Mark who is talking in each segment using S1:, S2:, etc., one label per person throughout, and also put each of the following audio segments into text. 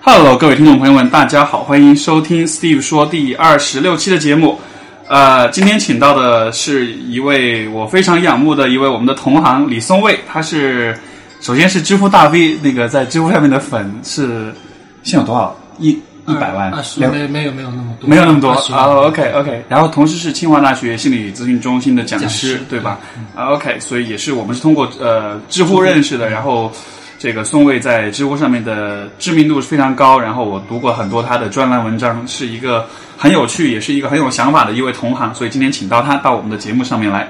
S1: Hello，各位听众朋友们，大家好，欢迎收听 Steve 说第二十六期的节目。呃，今天请到的是一位我非常仰慕的一位我们的同行李松蔚，他是首先是知乎大 V，那个在知乎上面的粉是现在有多少？一一百万
S2: 二二，十
S1: 两
S2: 没没有没有那么多，
S1: 没有那么多
S2: 二十
S1: 啊
S2: 万。
S1: ，OK OK，然后同时是清华大学心理咨询中心的讲师，
S2: 讲师
S1: 对吧？啊，OK，所以也是我们是通过呃知乎认识的，然后这个宋卫在知乎上面的知名度是非常高，然后我读过很多他的专栏文章，是一个很有趣，也是一个很有想法的一位同行，所以今天请到他到我们的节目上面来。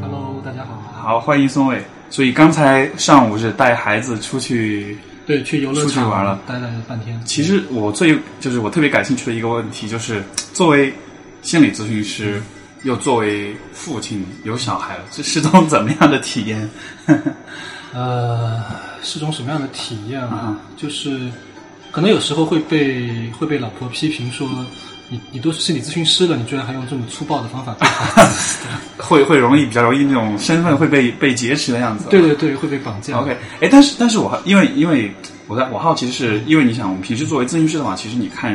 S2: Hello，大家好。啊
S1: 好，欢迎宋卫。所以刚才上午是带孩子出去
S2: 对，去游乐
S1: 出去
S2: 场
S1: 玩了，
S2: 待了半天。
S1: 其实我最就是我特别感兴趣的一个问题，就是作为心理咨询师，又作为父亲，有小孩了，这是种怎么样的体验？
S2: 呃，是种什么样的体验啊
S1: 嗯？
S2: 就是可能有时候会被会被老婆批评说，你你都是心理咨询师了，你居然还用这么粗暴的方法 对孩子？
S1: 会会容易比较容易那种身份会被被劫持的样子。
S2: 对对对，会被绑架。
S1: ，OK，哎，但是但是我因为因为我在我好奇的是，因为你想我们平时作为咨询师的话，其实你看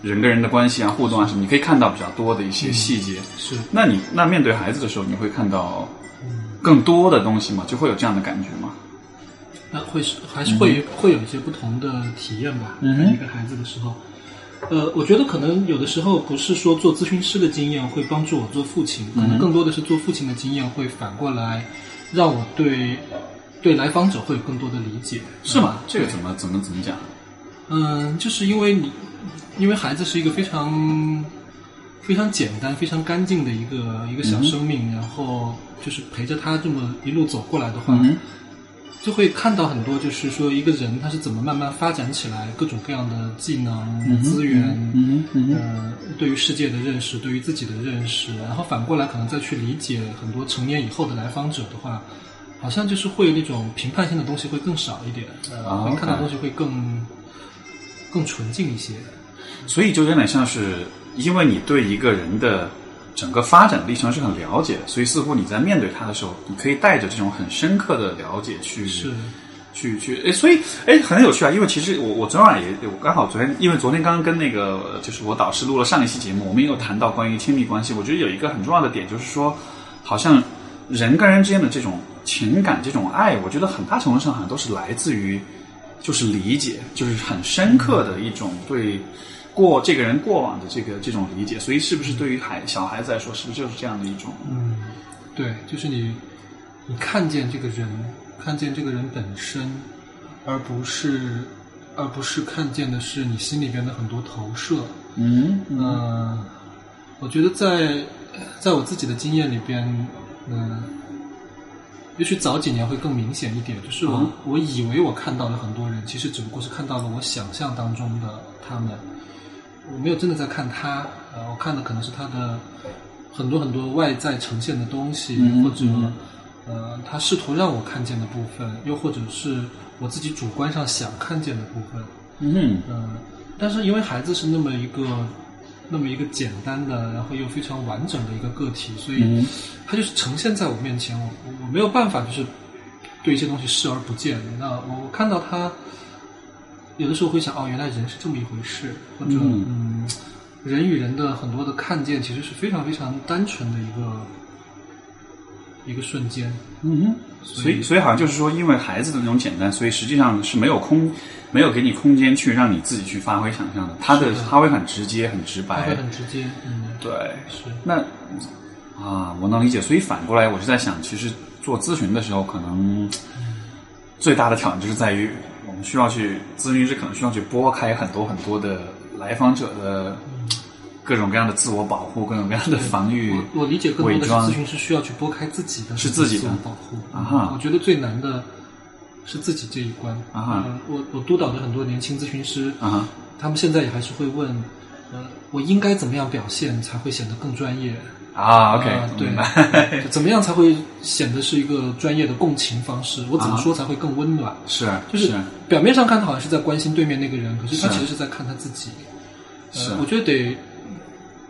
S1: 人跟人的关系啊、互动啊什么，你可以看到比较多的一些细节。
S2: 是嗯
S1: 那你那面对孩子的时候，你会看到更多的东西吗？就会有这样的感觉吗？
S2: 那会是还是会有、会有一些不同的体验吧。
S1: 嗯哼
S2: 一个孩子的时候，呃，我觉得可能有的时候不是说做咨询师的经验会帮助我做父亲，可
S1: 嗯
S2: 能更多的是做父亲的经验会反过来让我对对来访者会有更多的理解，
S1: 是吗？这个怎么怎么怎么讲？
S2: 嗯，就是因为你，因为孩子是一个非常非常简单、非常干净的一个一个
S1: 嗯
S2: 小生命，然后就是陪着他这么一路走过来的话，
S1: 嗯
S2: 就会看到很多，就是说一个人他是怎么慢慢发展起来，各种各样的技能、资源。
S1: 嗯嗯
S2: 呃，对于世界的认识，对于自己的认识，然后反过来可能再去理解很多成年以后的来访者的话，好像就是会那种评判性的东西会更少一点，呃，
S1: 啊
S2: 会看到
S1: OK
S2: 东西会更更纯净一些。
S1: 所以就有点像是，因为你对一个人的整个发展历程是很了解的，所以似乎你在面对他的时候，你可以带着这种很深刻的了解去
S2: 是，
S1: 去去，哎，所以哎，很有趣啊！因为其实我我昨晚也，我刚好昨天，因为昨天刚刚跟那个呃就是我导师录了上一期节目，我们也有谈到关于亲密关系。我觉得有一个很重要的点就是说，好像人跟人之间的这种情感、这种爱，我觉得很大程度上好像都是来自于就是理解，就是很深刻的一种对过这个人过往的这个这种理解。所以，是不是对于孩小孩子来说，是不是就是这样的一种？
S2: 嗯，对，就是你你看见这个人，看见这个人本身，而不是而不是看见的是你心里边的很多投射。
S1: 嗯
S2: 嗯，我觉得在在我自己的经验里边，嗯，也许早几年会更明显一点，就是我、
S1: 嗯
S2: 我以为我看到了很多人，其实只不过是看到了我想象当中的他们，我没有真的在看他，呃，我看的可能是他的很多很多外在呈现的东西，
S1: 嗯
S2: 或者
S1: 嗯
S2: 呃，他试图让我看见的部分，又或者是我自己主观上想看见的部分，
S1: 嗯
S2: 嗯，但是因为孩子是那么一个那么一个简单的，然后又非常完整的一个个体，所以
S1: 嗯
S2: 他就是呈现在我面前，我我我没有办法就是对一些东西视而不见。那我我看到他，有的时候会想，哦，原来人是这么一回事，或者
S1: 嗯
S2: 嗯，人与人的很多的看见其实是非常非常单纯的一个一个瞬间。
S1: 嗯哼，所以所以好像就是说，因为孩子的那种简单，所以实际上是没有空，没有给你空间去让你自己去发挥想象的。他的
S2: 是的
S1: 他会很直接，很直
S2: 他会
S1: 白。
S2: 很直接，嗯，
S1: 对，
S2: 是，
S1: 那啊，我能理解。所以反过来，我是在想，其实做咨询的时候，可能最大的挑战就是在于，我们需要去咨询师可能需要去拨开很多很多的来访者的各种各样的自我保护，各种各样的防御。
S2: 我我理解更多的
S1: 伪
S2: 是
S1: 装
S2: 咨询师需要去拨开自己的
S1: 是自己的
S2: 自我保护
S1: 啊哈
S2: 我觉得最难的是自己这一关
S1: 啊哈
S2: 呃我我督导着很多年轻咨询师
S1: 啊哈
S2: 他们现在也还是会问，呃，我应该怎么样表现才会显得更专业？
S1: 啊，OK，
S2: 啊对
S1: 明白，
S2: 就怎么样才会显得是一个专业的共情方式？我怎么
S1: 啊
S2: 说才会更温暖？
S1: 是啊
S2: 就是表面上看他好像是在关心对面那个人，可是他
S1: 是啊
S2: 其实是在看他自己。
S1: 是啊
S2: 呃，我觉得得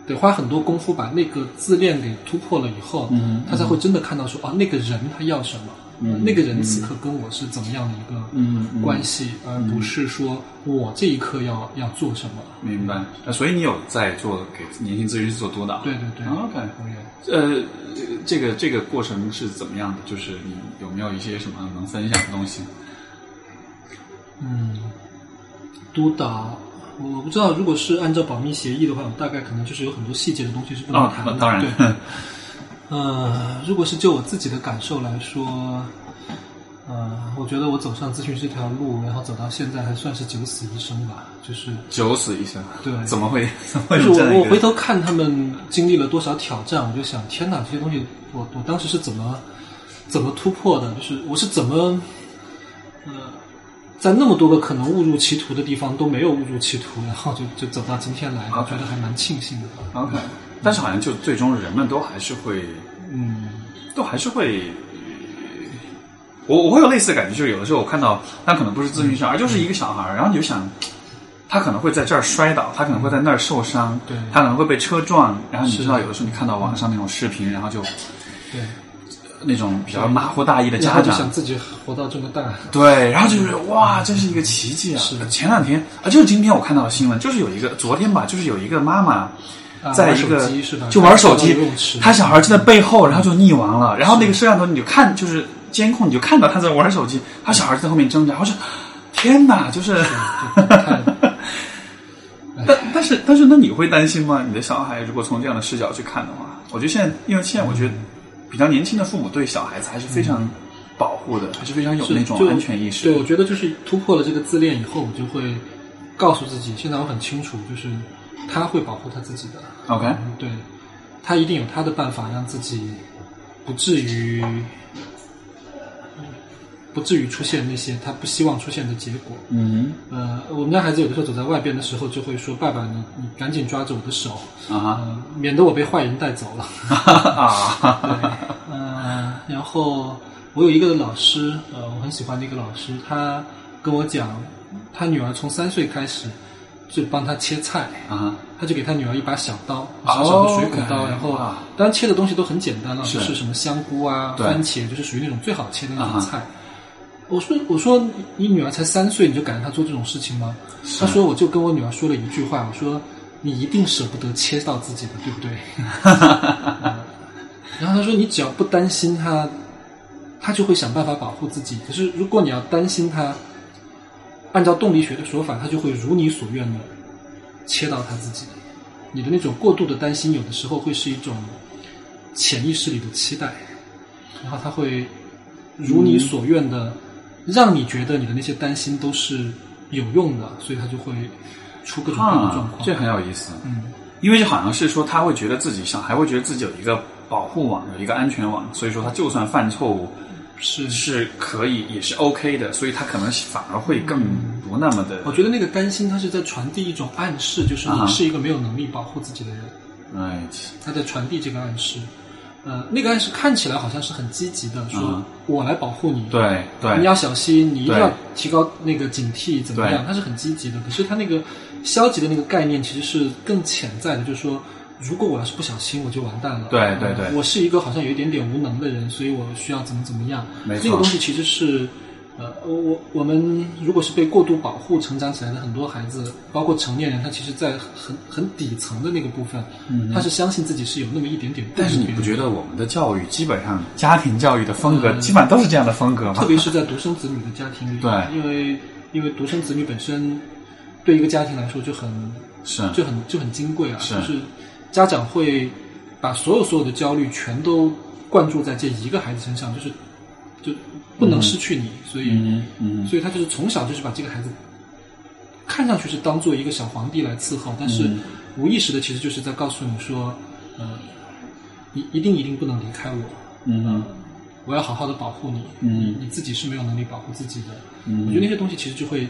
S2: 得花很多功夫把那个自恋给突破了以后，
S1: 嗯
S2: 他才会真的看到说啊，那个人他要什么，
S1: 嗯
S2: 那个人此刻跟我是怎么样的
S1: 嗯
S2: 一个
S1: 嗯
S2: 关系，而不是说我这一刻要要做什么。
S1: 明白。那所以你有在做给年轻咨询师做督导？
S2: 对对对
S1: 啊，OK。
S2: 我也
S1: 呃，这个这个过程是怎么样的？就是你有没有一些什么能分享的东西？
S2: 嗯，督导，我不知道，如果是按照保密协议的话，我大概可能就是有很多细节的东西是不能
S1: 哦
S2: 谈的。
S1: 当然
S2: 对。呃，如果是就我自己的感受来说，呃，我觉得我走上咨询师这条路，然后走到现在还算是九死一生吧，就是。
S1: 九死一生，
S2: 对
S1: 怎么会 怎么会
S2: 就
S1: 有
S2: 是
S1: 这样
S2: 我，
S1: 一
S2: 我
S1: 个
S2: 回头看他们经历了多少挑战，我就想，天哪，这些东西，我我当时是怎么怎么突破的？就是我是怎么，呃，在那么多个可能误入歧途的地方都没有误入歧途，然后就就走到今天来，我
S1: OK
S2: 觉得还蛮庆幸的。
S1: OK，但是好像就最终人们都还是会，
S2: 嗯，
S1: 都还是会，呃我我会有类似的感觉，就是有的时候我看到，但可能不是咨询
S2: 嗯
S1: 师，而就是一个小孩儿，然后你就想。他可能会在这儿摔倒，他可能会在那儿受伤，
S2: 嗯对
S1: 他可能会被车撞。然后你知道，
S2: 是
S1: 有的时候你看到网上那种视频，然后就
S2: 对，
S1: 那种比较马虎大意的
S2: 然
S1: 家
S2: 后就
S1: 长，
S2: 想自己活到这么大，
S1: 对，然后就是哇，真是一个奇迹啊！
S2: 是
S1: 前两天啊，就是今天我看到的新闻，就是有一个昨天吧，就是有一个妈妈
S2: 啊
S1: 在
S2: 玩
S1: 一
S2: 手
S1: 个、
S2: 机是吧
S1: 就玩手
S2: 走
S1: 机
S2: 到游泳池，
S1: 他小孩就在背后，然后就溺亡了，然后那个摄像头你就看就是监控，你就看到他在玩手机，他小孩在后面挣扎，我说天哪，就是。
S2: 太
S1: 但但是但是，那你会担心吗？你的小孩如果从这样的视角去看的话，我觉得现在，因为现在我
S2: 嗯
S1: 觉得比较年轻的父母对小孩子还是非常保护的，还是非常有
S2: 是
S1: 那种
S2: 就
S1: 安全意识。
S2: 对，我觉得就是突破了这个自恋以后，我就会告诉自己，现在我很清楚，就是他会保护他自己的。
S1: OK，
S2: 嗯，对，他一定有他的办法，让自己不至于不至于出现那些他不希望出现的结果。
S1: 嗯
S2: 呃，我们家孩子有的时候走在外边的时候，就会说：“爸爸，你你赶紧抓着我的手，
S1: 啊哈。
S2: 呃，免得我被坏人带走了。
S1: 啊，
S2: 呃，然后我有一个老师，呃，我很喜欢的一个老师，他跟我讲，他女儿从三岁开始就帮他切菜，
S1: 啊，
S2: 他就给他女儿一把小刀，小小的水果刀，
S1: OK，
S2: 然后
S1: 啊
S2: 当然切的东西都很简单了，
S1: 是
S2: 就是什么香菇啊、
S1: 对
S2: 番茄，就是属于那种最好切的那种
S1: 啊哈
S2: 菜。我说我说你女儿才三岁，你就敢让她做这种事情吗？她说我就跟我女儿说了一句话，我说你一定舍不得切到自己的，对不 对？然后她说你只要不担心她，她就会想办法保护自己。可是如果你要担心她，按照动力学的说法，她就会如你所愿的切到她自己。你的那种过度的担心，有的时候会是一种潜意识里的期待，然后他会如你所愿的，让你觉得你的那些担心都是有用的，所以他就会出各种各样的状
S1: 啊
S2: 况。
S1: 这很有意思，
S2: 嗯，
S1: 因为这好像是说他会觉得自己小孩会觉得自己有一个保护网，有一个安全网，所以说他就算犯错误
S2: 是，
S1: 是可以也是 OK 的，所以他可能反而会更不那么的，
S2: 嗯我觉得那个担心，他是在传递一种暗示，就是
S1: 啊
S2: 你是一个没有能力保护自己的人。
S1: right，
S2: 他在传递这个暗示，呃，那个暗示看起来好像是很积极的，说
S1: 嗯
S2: 我来保护你，
S1: 对对，
S2: 你要小心，你一定
S1: 对
S2: 要提高那个警惕，怎么样？
S1: 对
S2: 它是很积极的，可是它那个消极的那个概念其实是更潜在的，就是说，如果我要是不小心，我就完蛋了。
S1: 对对对
S2: 呃我是一个好像有一点点无能的人，所以我需要怎么怎么样。
S1: 没错
S2: 这个东西其实是。呃，我我我们如果是被过度保护成长起来的很多孩子，包括成年人，他其实，在很很底层的那个部分，他是相信自己是有那么一点点。
S1: 嗯但是你不觉得我们的教育基本上家庭教育的风格
S2: 嗯
S1: 基本上都是这样的风格吗
S2: 特？别是在独生子女的家庭里，
S1: 对
S2: 因为因为独生子女本身对一个家庭来说就很
S1: 是，
S2: 就很就很金贵啊，
S1: 是
S2: 就是家长会把所有所有的焦虑全都灌注在这一个孩子身上，就是就不能失去你，所以、
S1: 嗯嗯
S2: 所以他就是从小就是把这个孩子看上去是当做一个小皇帝来伺候，但是
S1: 嗯
S2: 无意识的其实就是在告诉你说，呃，你一定一定不能离开我，
S1: 嗯
S2: 我要好好的保护你，
S1: 嗯
S2: 你自己是没有能力保护自己的。
S1: 嗯
S2: 我觉得那些东西其实就会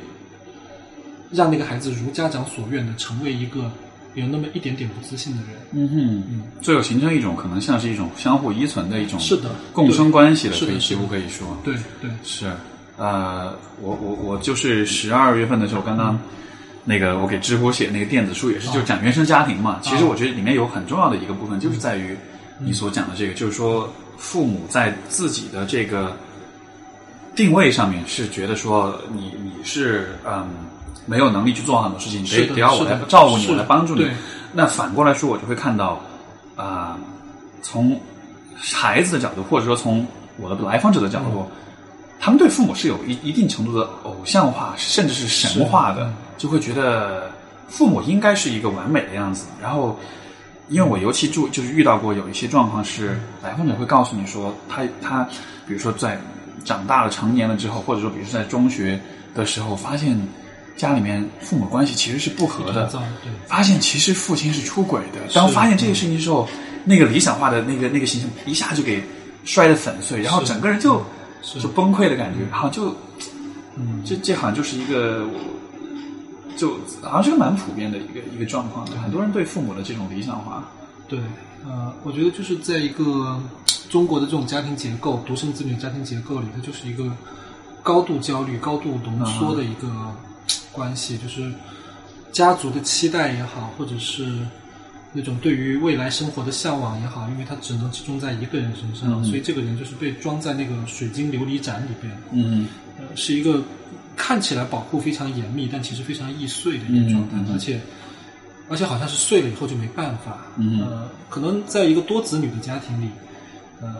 S2: 让那个孩子如家长所愿的成为一个有那么一点点不自信的人。
S1: 嗯哼，最后形成一种可能像是一种相互依存的一种
S2: 是的
S1: 共生关系了，
S2: 是的
S1: 可以
S2: 是
S1: 几
S2: 的
S1: 乎可以说
S2: 对对，
S1: 是。呃，我我我就是十二月份的时候，刚
S2: 嗯
S1: 刚那个我给知乎写那个电子书也
S2: 啊
S1: 是，就讲原生家庭嘛。其实我觉得里面有很重要的一个部分，就是在于
S2: 嗯
S1: 你所讲的这个，就是说父母在自己的这个定位上面是觉得说你你是嗯没有能力去做很多事情，
S2: 是
S1: 得
S2: 的
S1: 得要我
S2: 是的
S1: 来照顾你，
S2: 是
S1: 我来帮助你
S2: 对。
S1: 那反过来说，我就会看到啊、从孩子的角度，或者说从我的来访者的角度，他们对父母是有一一定程度的偶像化，甚至是神话的，就会觉得父母应该是一个完美的样子，然后。因为我尤其注就是遇到过有一些状况是来访者会告诉你说他他比如说在长大了成年了之后，或者说比如说在中学的时候，发现家里面父母关系其实是不和的
S2: 对，
S1: 发现其实父亲是出轨的。当发现这个事情之后，那个理想化的那个那个形象一下就给摔得粉碎，然后整个人就就崩溃的感觉，好像就
S2: 嗯，
S1: 这这好像就是一个，就好像是个蛮普遍的一个一个状况，很多人对父母的这种理想化。
S2: 对，呃，我觉得就是在一个中国的这种家庭结构，独生子女家庭结构里，它就是一个高度焦虑、高度浓缩的一个关系，就是家族的期待也好，或者是那种对于未来生活的向往也好，因为它只能集中在一个人身上，
S1: 嗯
S2: 所以这个人就是被装在那个水晶琉璃盏里边，
S1: 嗯
S2: 呃，是一个看起来保护非常严密，但其实非常易碎的一个状态，
S1: 嗯嗯嗯
S2: 而且而且好像是碎了以后就没办法。
S1: 嗯
S2: 呃，可能在一个多子女的家庭里，呃，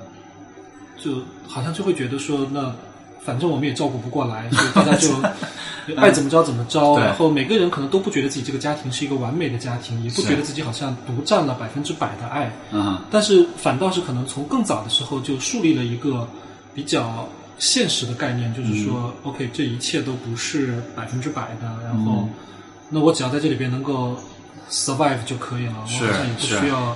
S2: 就好像就会觉得说，那反正我们也照顾不过来，所以大家就 爱怎么着怎么着。
S1: 嗯对
S2: 然后每个人可能都不觉得自己这个家庭是一个完美的家庭，也不
S1: 是
S2: 觉得自己好像独占了百分之百的爱。
S1: 嗯
S2: 但是反倒是可能从更早的时候就树立了一个比较现实的概念，就是说、o k 这一切都不是百分之百的，然后、
S1: 嗯
S2: 那我只要在这里边能够 survive 就可以了，我
S1: 是
S2: 好像也不
S1: 是
S2: 需要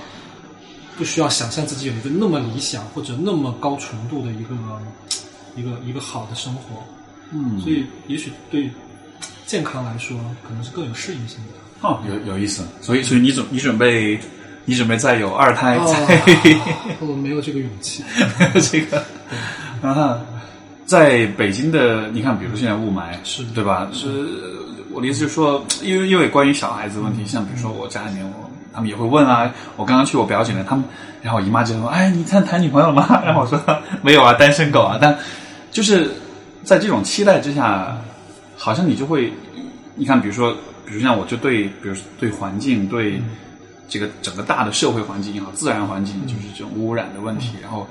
S2: 不需要想象自己有一个那么理想或者那么高纯度的一个一个一个好的生活，
S1: 嗯
S2: 所以也许对健康来说可能是更有适应性的。
S1: 哦，有有意思。所以所以你准你准备你准备再有二胎再、
S2: 哦，我没有这个勇气。
S1: 这个啊，在北京的，你看，比如现在雾霾，
S2: 是
S1: 对吧？是，我的意思就是说，因为因为关于小孩子问题，像比如说我家里面我。他们也会问啊，我刚刚去我表姐那，他们，然后我姨妈就说：“哎，你看谈女朋友了吗？”然后我说：“没有啊，单身狗啊。”但就是在这种期待之下，好像你就会，你看，比如说，比如像我就对，比如对环境，对这个整个大的社会环境也好，自然环
S2: 嗯
S1: 境就是这种污染的问题，然后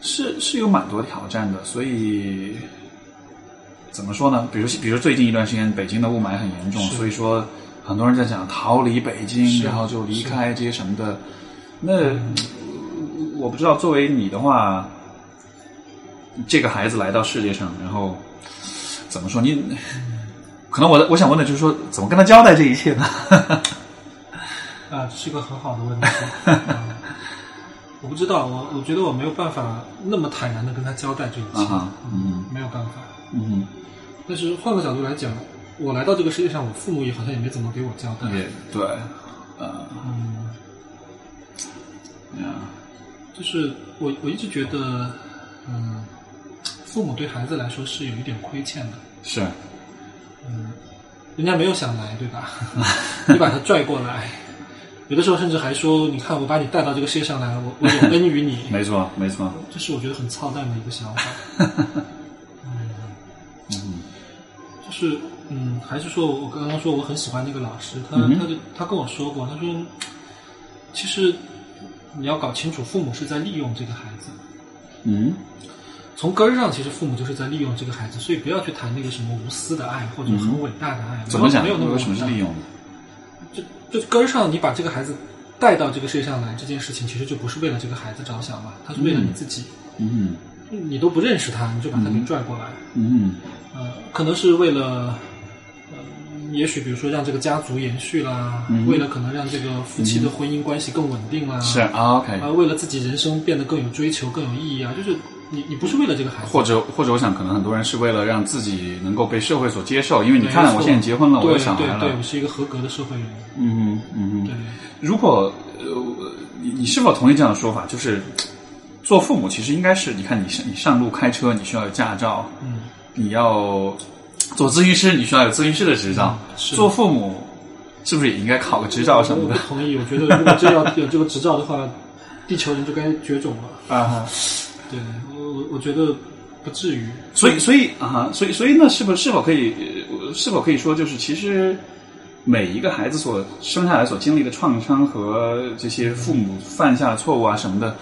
S1: 是是有蛮多挑战的，所以怎么说呢？比如比如最近一段时间，北京的雾霾很严重，
S2: 是
S1: 所以说很多人在讲逃离北京，
S2: 是嗯
S1: 然后就离开这些什么的。那我不知道，作为你的话，这个孩子来到世界上，然后怎么说你？可能我的我想问的就是说，怎么跟他交代这一切呢？
S2: 啊，这是一个很好的问题。嗯我不知道，我我觉得我没有办法那么坦然的跟他交代这一
S1: 啊
S2: 切，
S1: 哈嗯
S2: 没有办法。
S1: 嗯，
S2: 但是换个角度来讲，我来到这个世界上，我父母也好像也没怎么给我交代。
S1: 也对，呃，
S2: 嗯，
S1: 嗯
S2: 就是我我一直觉得，嗯，父母对孩子来说是有一点亏欠的。
S1: 是，
S2: 嗯，人家没有想来，对吧？ 你把他拽过来，有的时候甚至还说：“你看，我把你带到这个世界上来，我我有恩于你。”
S1: 没错没错，
S2: 这是我觉得很操蛋的一个想 法。嗯，就是嗯，还是说我刚刚说我很喜欢那个老师，他、
S1: 嗯哼
S2: 他就他跟我说过，他说其实你要搞清楚，父母是在利用这个孩子，
S1: 嗯
S2: 从根儿上其实父母就是在利用这个孩子，所以不要去谈那个什么无私的爱或者很伟大的爱，没有
S1: 嗯怎么讲？
S2: 没有那么
S1: 为什么是利用的？
S2: 就就根儿上，你把这个孩子带到这个世界上来，这件事情其实就不是为了这个孩子着想嘛，他是为了你自己。
S1: 嗯
S2: 你都不认识他，你就把他给拽过来，
S1: 嗯
S2: 呃，可能是为了，呃，也许比如说让这个家族延续啦，
S1: 嗯
S2: 为了可能让这个夫妻的婚姻关系更稳定啦，呃
S1: 是啊，OK，
S2: 啊，为了自己人生变得更有追求、更有意义啊，就是你你不是为了这个孩子，
S1: 或者或者我想，可能很多人是为了让自己能够被社会所接受，因为你
S2: 没
S1: 看
S2: 错
S1: 我现在结婚了，我
S2: 对
S1: 有小孩
S2: 对
S1: 了，
S2: 对，我是一个合格的社会人，
S1: 嗯哼嗯哼
S2: 对。
S1: 如果呃，你你是否同意这样的说法？就是做父母其实应该是，你看你上你上路开车，你需要有驾照，
S2: 嗯，
S1: 你要做咨询师，你需要有咨询师的执照。
S2: 嗯是
S1: 做父母是不是也应该考个执照什么
S2: 我
S1: 的
S2: 不同意，我觉得如果真要有这个执照的话，地球人就该绝种了。
S1: 啊？
S2: 对我我我觉得不至于，
S1: 所以所以啊，所以所以那是不是否可以呃是否可以说，就是其实每一个孩子所生下来所经历的创伤和这些父母犯下的错误啊什么的，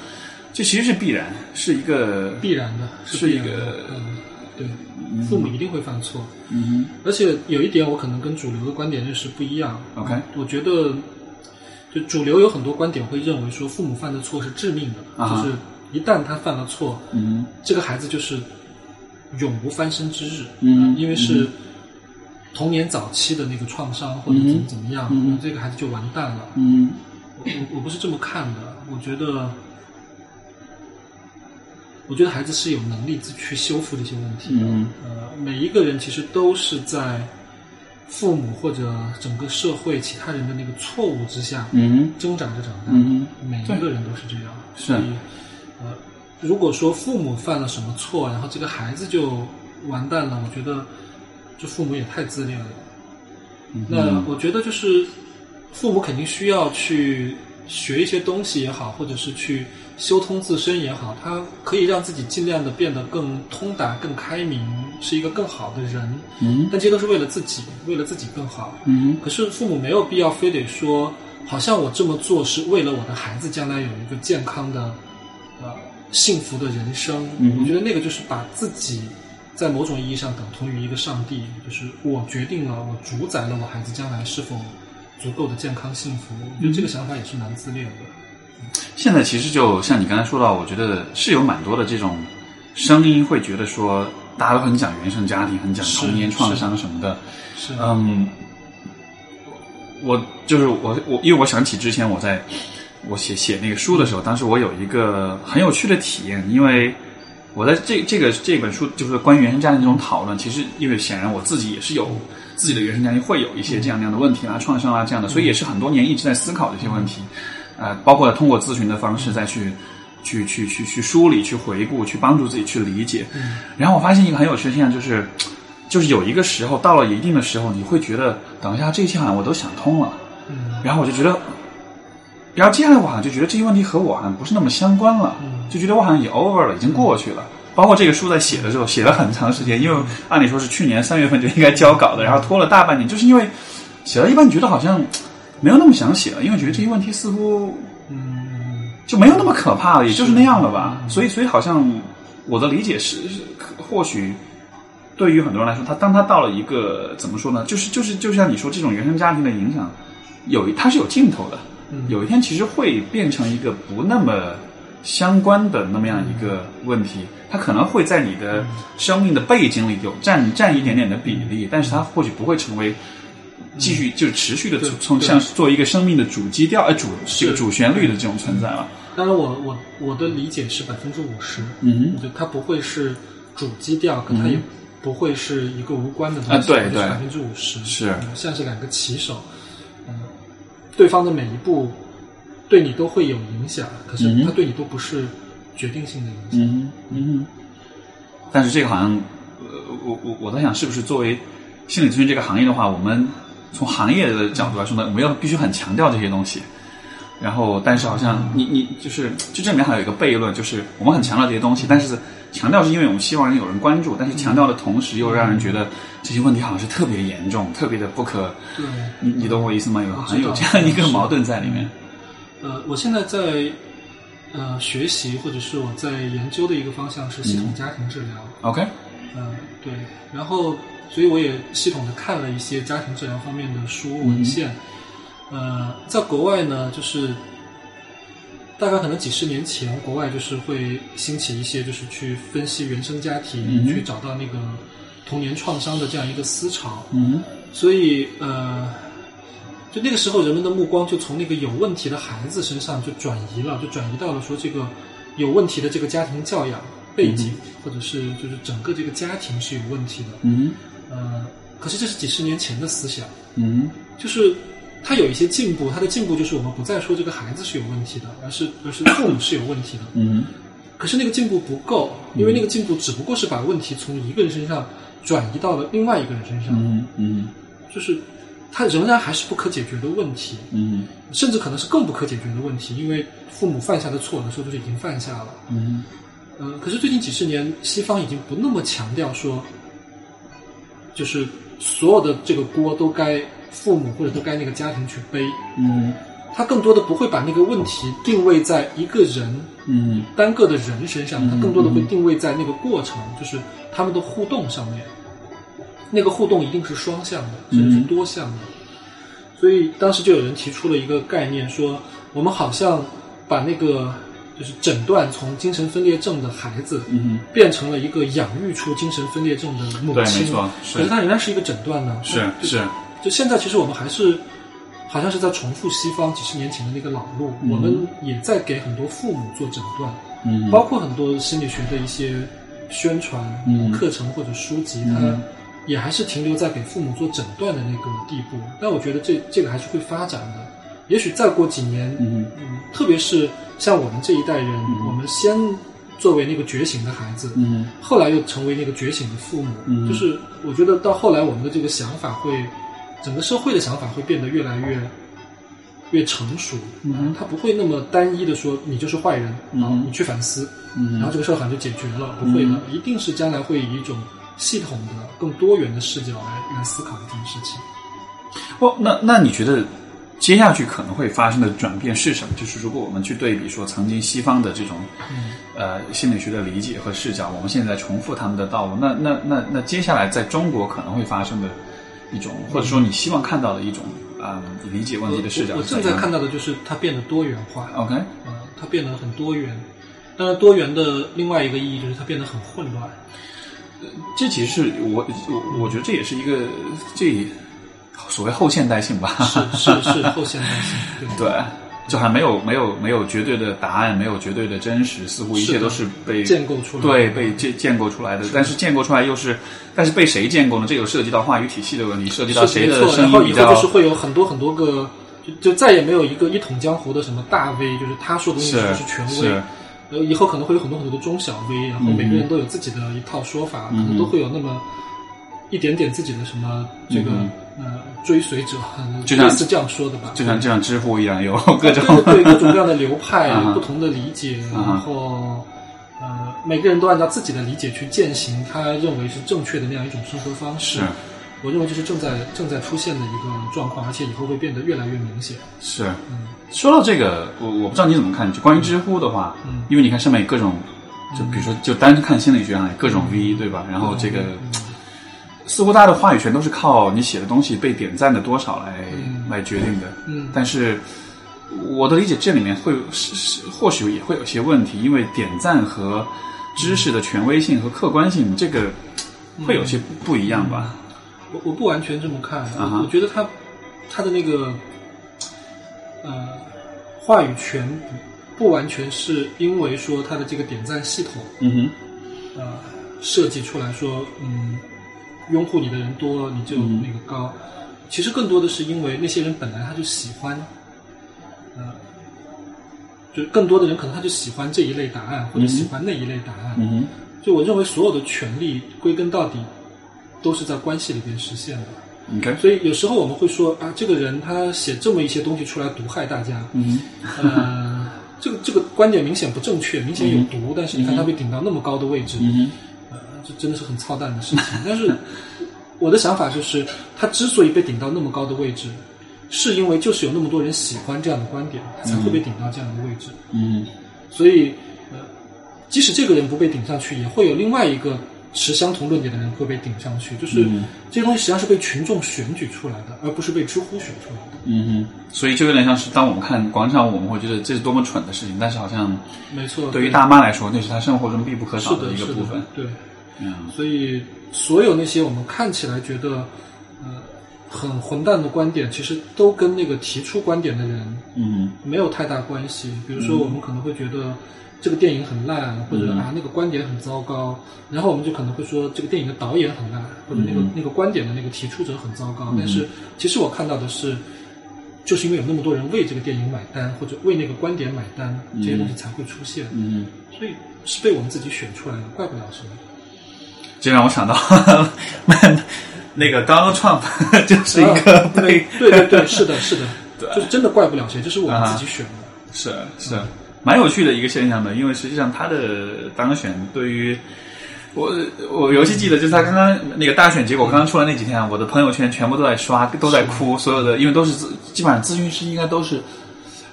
S1: 这其实是必然，是一个
S2: 必然的，
S1: 是
S2: 必
S1: 一
S2: 然的
S1: 个。
S2: 嗯，对，父母一定会犯错，
S1: 嗯
S2: 而且有一点我可能跟主流的观点认识不一样。
S1: 哼，OK
S2: 我觉得，就主流有很多观点会认为说父母犯的错是致命的，
S1: 啊哈
S2: 就是一旦他犯了错，
S1: 嗯
S2: 这个孩子就是永无翻身之日。
S1: 嗯
S2: 因为是童年早期的那个创伤或者怎么怎么样，
S1: 嗯嗯
S2: 这个孩子就完蛋了。
S1: 嗯
S2: 我我我不是这么看的，我觉得，我觉得孩子是有能力自去修复这些问题的。
S1: 嗯
S2: 呃，每一个人其实都是在父母或者整个社会其他人的那个错误之下
S1: 嗯
S2: 挣扎着长大的。
S1: 嗯
S2: 每一个人都是这样。
S1: 是啊
S2: 所以呃，如果说父母犯了什么错，然后这个孩子就完蛋了，我觉得这父母也太自恋了。
S1: 嗯
S2: 那我觉得就是父母肯定需要去学一些东西也好，或者是去修通自身也好，他可以让自己尽量的变得更通达、更开明，是一个更好的人。
S1: 嗯
S2: 但这都是为了自己，为了自己更好。
S1: 嗯
S2: 可是父母没有必要非得说，好像我这么做是为了我的孩子将来有一个健康的、呃幸福的人生。
S1: 嗯
S2: 我觉得那个就是把自己在某种意义上等同于一个上帝，就是我决定了，我主宰了我孩子将来是否足够的健康幸福。我
S1: 嗯
S2: 觉得这个想法也是蛮自恋的。
S1: 现在其实就像你刚才说到，我觉得是有蛮多的这种声音会觉得说，大家都很讲原生家庭，很讲
S2: 是
S1: 童年创
S2: 是
S1: 伤什么的。
S2: 是，
S1: 嗯，我就是我我，因为我想起之前我在我写写那个书的时候，当时我有一个很有趣的体验，因为我在这这个这本书就是关于原生家庭这种讨论，其实因为显然我自己也是有
S2: 嗯
S1: 自己的原生家庭会有一些这样那样的问题啊、创伤啊这样的，
S2: 嗯
S1: 所以也是很多年一直在思考这些问题，呃，包括通过咨询的方式再去。去去去去梳理、去回顾、去帮助自己去理解，
S2: 嗯
S1: 然后我发现一个很有趣的现象，就是，就是有一个时候到了一定的时候，你会觉得，等一下这一切好像我都想通了，
S2: 嗯
S1: 然后我就觉得，然后接下来我好像就觉得这些问题和我好像不是那么相关了，
S2: 嗯
S1: 就觉得我好像也 over 了，已经过去了。包括这个书在写的时候，写了很长时间，因为按理说是去年三月份就应该交稿的，然后拖了大半年，就是因为写到一半觉得好像没有那么想写了，因为觉得这些问题似乎
S2: 嗯，
S1: 就没有那么可怕了，也就是那样了吧。所以，所以好像我的理解是，是可或许对于很多人来说，他当他到了一个怎么说呢，就是就是就像你说，这种原生家庭的影响，有一它是有尽头的，
S2: 嗯
S1: 有一天其实会变成一个不那么相关的那么样一个
S2: 嗯
S1: 问题。它可能会在你的生命的背景里有占占一点点的比例，
S2: 嗯
S1: 但是它或许不会成为继续就是持续的
S2: 对
S1: 从
S2: 对
S1: 像作为一个生命的主基调呃主这个
S2: 是
S1: 主旋律的这种存在了。
S2: 当然我我我的理解是百分之五十。
S1: 嗯
S2: 就它不会是主基调，可它
S1: 嗯
S2: 也不会是一个无关的东西，
S1: 啊对对
S2: 百分之五十
S1: 是
S2: 像是两个棋手，嗯，对方的每一步对你都会有影响，可
S1: 嗯
S2: 是
S1: 哼
S2: 它对你都不是决定性的影
S1: 嗯
S2: 响。
S1: 哼嗯哼，但是这个好像，呃，我我我在想，是不是作为心理咨询这个行业的话，我们从行业的角度来说呢，我们要必须很强调这些东西。然后，但是好像你你就是，就这里面还有一个悖论，就是我们很强调这些东西，但是强调是因为我们希望人有人关注，但是强调的同时又让人觉得这些问题好像是特别严重，特别的不可，
S2: 对，
S1: 你你懂我意思吗？有
S2: 我
S1: 好嗯
S2: 知
S1: 像有
S2: 道
S1: 这样一个矛盾在里面。
S2: 呃，我现在在呃学习或者是我在研究的一个方向是系
S1: 嗯
S2: 统家庭治疗，
S1: OK，
S2: 嗯，对，然后所以我也系统的看了一些家庭治疗方面的书
S1: 嗯
S2: 文献。呃，在国外呢，就是大概可能几十年前，国外就是会兴起一些就是去分析原生家庭，
S1: 嗯哼
S2: 去找到那个童年创伤的这样一个思潮。
S1: 嗯
S2: 所以呃，就那个时候人们的目光就从那个有问题的孩子身上就转移了，就转移到了说这个有问题的这个家庭教养。背景，或者是就是整个这个家庭是有问题的。
S1: 嗯
S2: 呃，可是这是几十年前的思想，
S1: 嗯
S2: 就是它有一些进步，它的进步就是我们不再说这个孩子是有问题的，而是而是父母是有问题的。
S1: 嗯
S2: 可是那个进步不够，因为那个进步只不过是把问题从一个人身上转移到了另外一个人身上，
S1: 嗯嗯
S2: 就是它仍然还是不可解决的问题，
S1: 嗯
S2: 甚至可能是更不可解决的问题，因为父母犯下的错，有的时候就是已经犯下了。
S1: 嗯
S2: 呃，可是最近几十年，西方已经不那么强调说，就是所有的这个锅都该父母或者都该那个家庭去背，
S1: 嗯
S2: 他更多的不会把那个问题定位在一个人
S1: 嗯
S2: 单个的人身上，它
S1: 嗯
S2: 更多的会
S1: 嗯
S2: 定位在那个过程，就是他们的互动上面。那个互动一定是双向的，甚至是
S1: 嗯
S2: 多向的。所以当时就有人提出了一个概念说，我们好像把那个就是诊断从精神分裂症的孩子，
S1: 嗯，
S2: 变成了一个养育出精神分裂症的母
S1: 对，
S2: 亲。
S1: 没错，
S2: 可是
S1: 是
S2: 它仍然是一个诊断呢。
S1: 是，
S2: 就是就现在，其实我们还是好像是在重复西方几十年前的那个老路，
S1: 嗯
S2: 我们也在给很多父母做诊断，
S1: 嗯
S2: 包括很多心理学的一些宣传、呃
S1: 嗯
S2: 课程或者书籍，它
S1: 嗯
S2: 也还是停留在给父母做诊断的那个地步。但我觉得这这个还是会发展的，也许再过几年，
S1: 嗯
S2: 嗯，特别是像我们这一代人，
S1: 嗯
S2: 我们先作为那个觉醒的孩子，
S1: 嗯
S2: 后来又成为那个觉醒的父母，
S1: 嗯
S2: 就是我觉得到后来我们的这个想法会，整个社会的想法会变得越来越越成熟，
S1: 嗯哼
S2: 它不会那么单一的说你就是坏人，
S1: 嗯
S2: 然后你去反思，然后
S1: 嗯
S2: 这个事儿好像就解决了，不会的，
S1: 嗯
S2: 一定是将来会以一种系统的、更多元的视角来来思考这件事情。
S1: 不，那那你觉得接下去可能会发生的转变是什么？就是如果我们去对比说曾经西方的这种
S2: 嗯，
S1: 呃心理学的理解和视角，我们现在在重复他们的道路，那那那那接下来在中国可能会发生的一种，或者说你希望看到的一种啊、呃理解问题的视角
S2: 我我
S1: 是
S2: 正
S1: 怎
S2: 在
S1: 样的
S2: 看到的就是它变得多元化，
S1: OK，
S2: 呃，它变得很多元。当然，多元的另外一个意义就是它变得很混乱。
S1: 这其实是我我我觉得这也是一个这也所谓后现代性吧，
S2: 是是是后现代性，对
S1: 对，就还没有没有没有绝对的答案，没有绝对的真实，似乎一切
S2: 是的
S1: 都是被
S2: 建构出来的
S1: 对被建建构出来的。但是建构出来又是，但是被谁建构呢？这有涉及到话语体系的问题，涉及到
S2: 是
S1: 谁
S2: 没
S1: 的
S2: 错。然
S1: 声
S2: 后
S1: 音
S2: 以
S1: 比
S2: 后
S1: 较
S2: 就是会有很多很多个，就就再也没有一个一统江湖的什么大 V，就是他说的东西
S1: 是
S2: 就是权威
S1: 是。嗯
S2: 呃，以后可能会有很多很多的中小 V，然后每个人都有自己的一套说法，可能都会有那么一点点自己的什么这个、
S1: 嗯
S2: 呃追随者，嗯
S1: 就像
S2: 类似这样说的吧。
S1: 就像就像知乎一样，有 各种
S2: 对对对各种各样的流派
S1: 啊哈，
S2: 不同的理解，
S1: 啊哈
S2: 然后呃，每个人都按照自己的理解去践行他认为是正确的那样一种生活方式
S1: 是。
S2: 我认为这是正在正在出现的一个状况，而且以后会变得越来越明显。
S1: 是。
S2: 嗯
S1: 说到这个，我我不知道你怎么看，就关于知乎的话，
S2: 嗯
S1: 因为你看上面有各种，就比如说就单看心理学啊，各种 V 对吧？然后这个。似乎大家的话语权都是靠你写的东西被点赞的多少来、
S2: 嗯
S1: 来决定的。
S2: 嗯
S1: 但是我的理解，这里面会有是是或许也会有些问题，因为点赞和知识的权威性和客观性，这个会有些不不一样吧？
S2: 我我不完全这么看，
S1: 啊哈
S2: 我我觉得他他的那个呃话语权不不完全是因为说他的这个点赞系统，
S1: 嗯
S2: 呃设计出来说，嗯，拥护你的人多，你就
S1: 嗯
S2: 那个高。其实更多的是因为那些人本来他就喜欢，呃，就更多的人可能他就喜欢这一类答案，或者
S1: 嗯
S2: 喜欢那一类答案。
S1: 哼，嗯哼，
S2: 就我认为所有的权利归根到底都是在关系里边实现的。
S1: 你看，
S2: 所以有时候我们会说啊，这个人他写这么一些东西出来毒害大家，
S1: 嗯
S2: 呃，这个这个观点明显不正确，明显有毒，但是你看他被顶到那么高的位置，
S1: 哼，嗯
S2: 呃，这真的是很操蛋的事情。但是我的想法就是，他之所以被顶到那么高的位置，是因为就是有那么多人喜欢这样的观点，他才会被顶到这样的位置。
S1: 哼，嗯
S2: 所以，呃，即使这个人不被顶上去，也会有另外一个持相同论点的人会被顶上去。就是、
S1: 嗯
S2: 这些东西实际上是被群众选举出来的，而不是被知乎选出来的。
S1: 嗯哼，所以就有点像是当我们看广场舞，我们会觉得这是多么蠢的事情，但是好像
S2: 没错，
S1: 对于大妈来说，那是她生活中必不可
S2: 是
S1: 少
S2: 的
S1: 一
S2: 是
S1: 个
S2: 的
S1: 部分。
S2: 对。
S1: 嗯
S2: 所以，所有那些我们看起来觉得，呃，很混蛋的观点，其实都跟那个提出观点的人
S1: 嗯
S2: 没有太大关系。比如说，我们可能会觉得这个电影很烂，
S1: 嗯
S2: 或者啊那个观点很糟糕，然后我们就可能会说这个电影的导演很烂，或者那个、
S1: 嗯
S2: 那个观点的那个提出者很糟糕。但是其实我看到的是，就是因为有那么多人为这个电影买单，或者为那个观点买单，这些东西才会出现，
S1: 嗯，
S2: 所以是被我们自己选出来的，怪不了什么。
S1: 这让我想到那个 Donald Trump 就是一个
S2: 啊
S1: 被、啊
S2: 对对对，是的，是的，就是真的怪不了谁，这是我们自己选的。
S1: 是是蛮有趣的一个现象的，因为实际上他的当选对于。我我尤其记得，就是他刚刚那个大选结果刚刚出来那几天啊，我的朋友圈全部都在刷，都在哭，所有的因为都是咨基本上咨询师应该都是，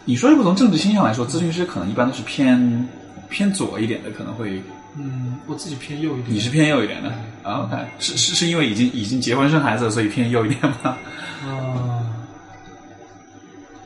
S1: 你说如果从政治倾向来说，咨询师可能一般都是偏偏左一点的，可能会
S2: 嗯，我自己偏右一点。
S1: 你是偏右一点的啊？OK，是是是因为已经已经结婚生孩子了，所以偏右一点吗？
S2: 啊，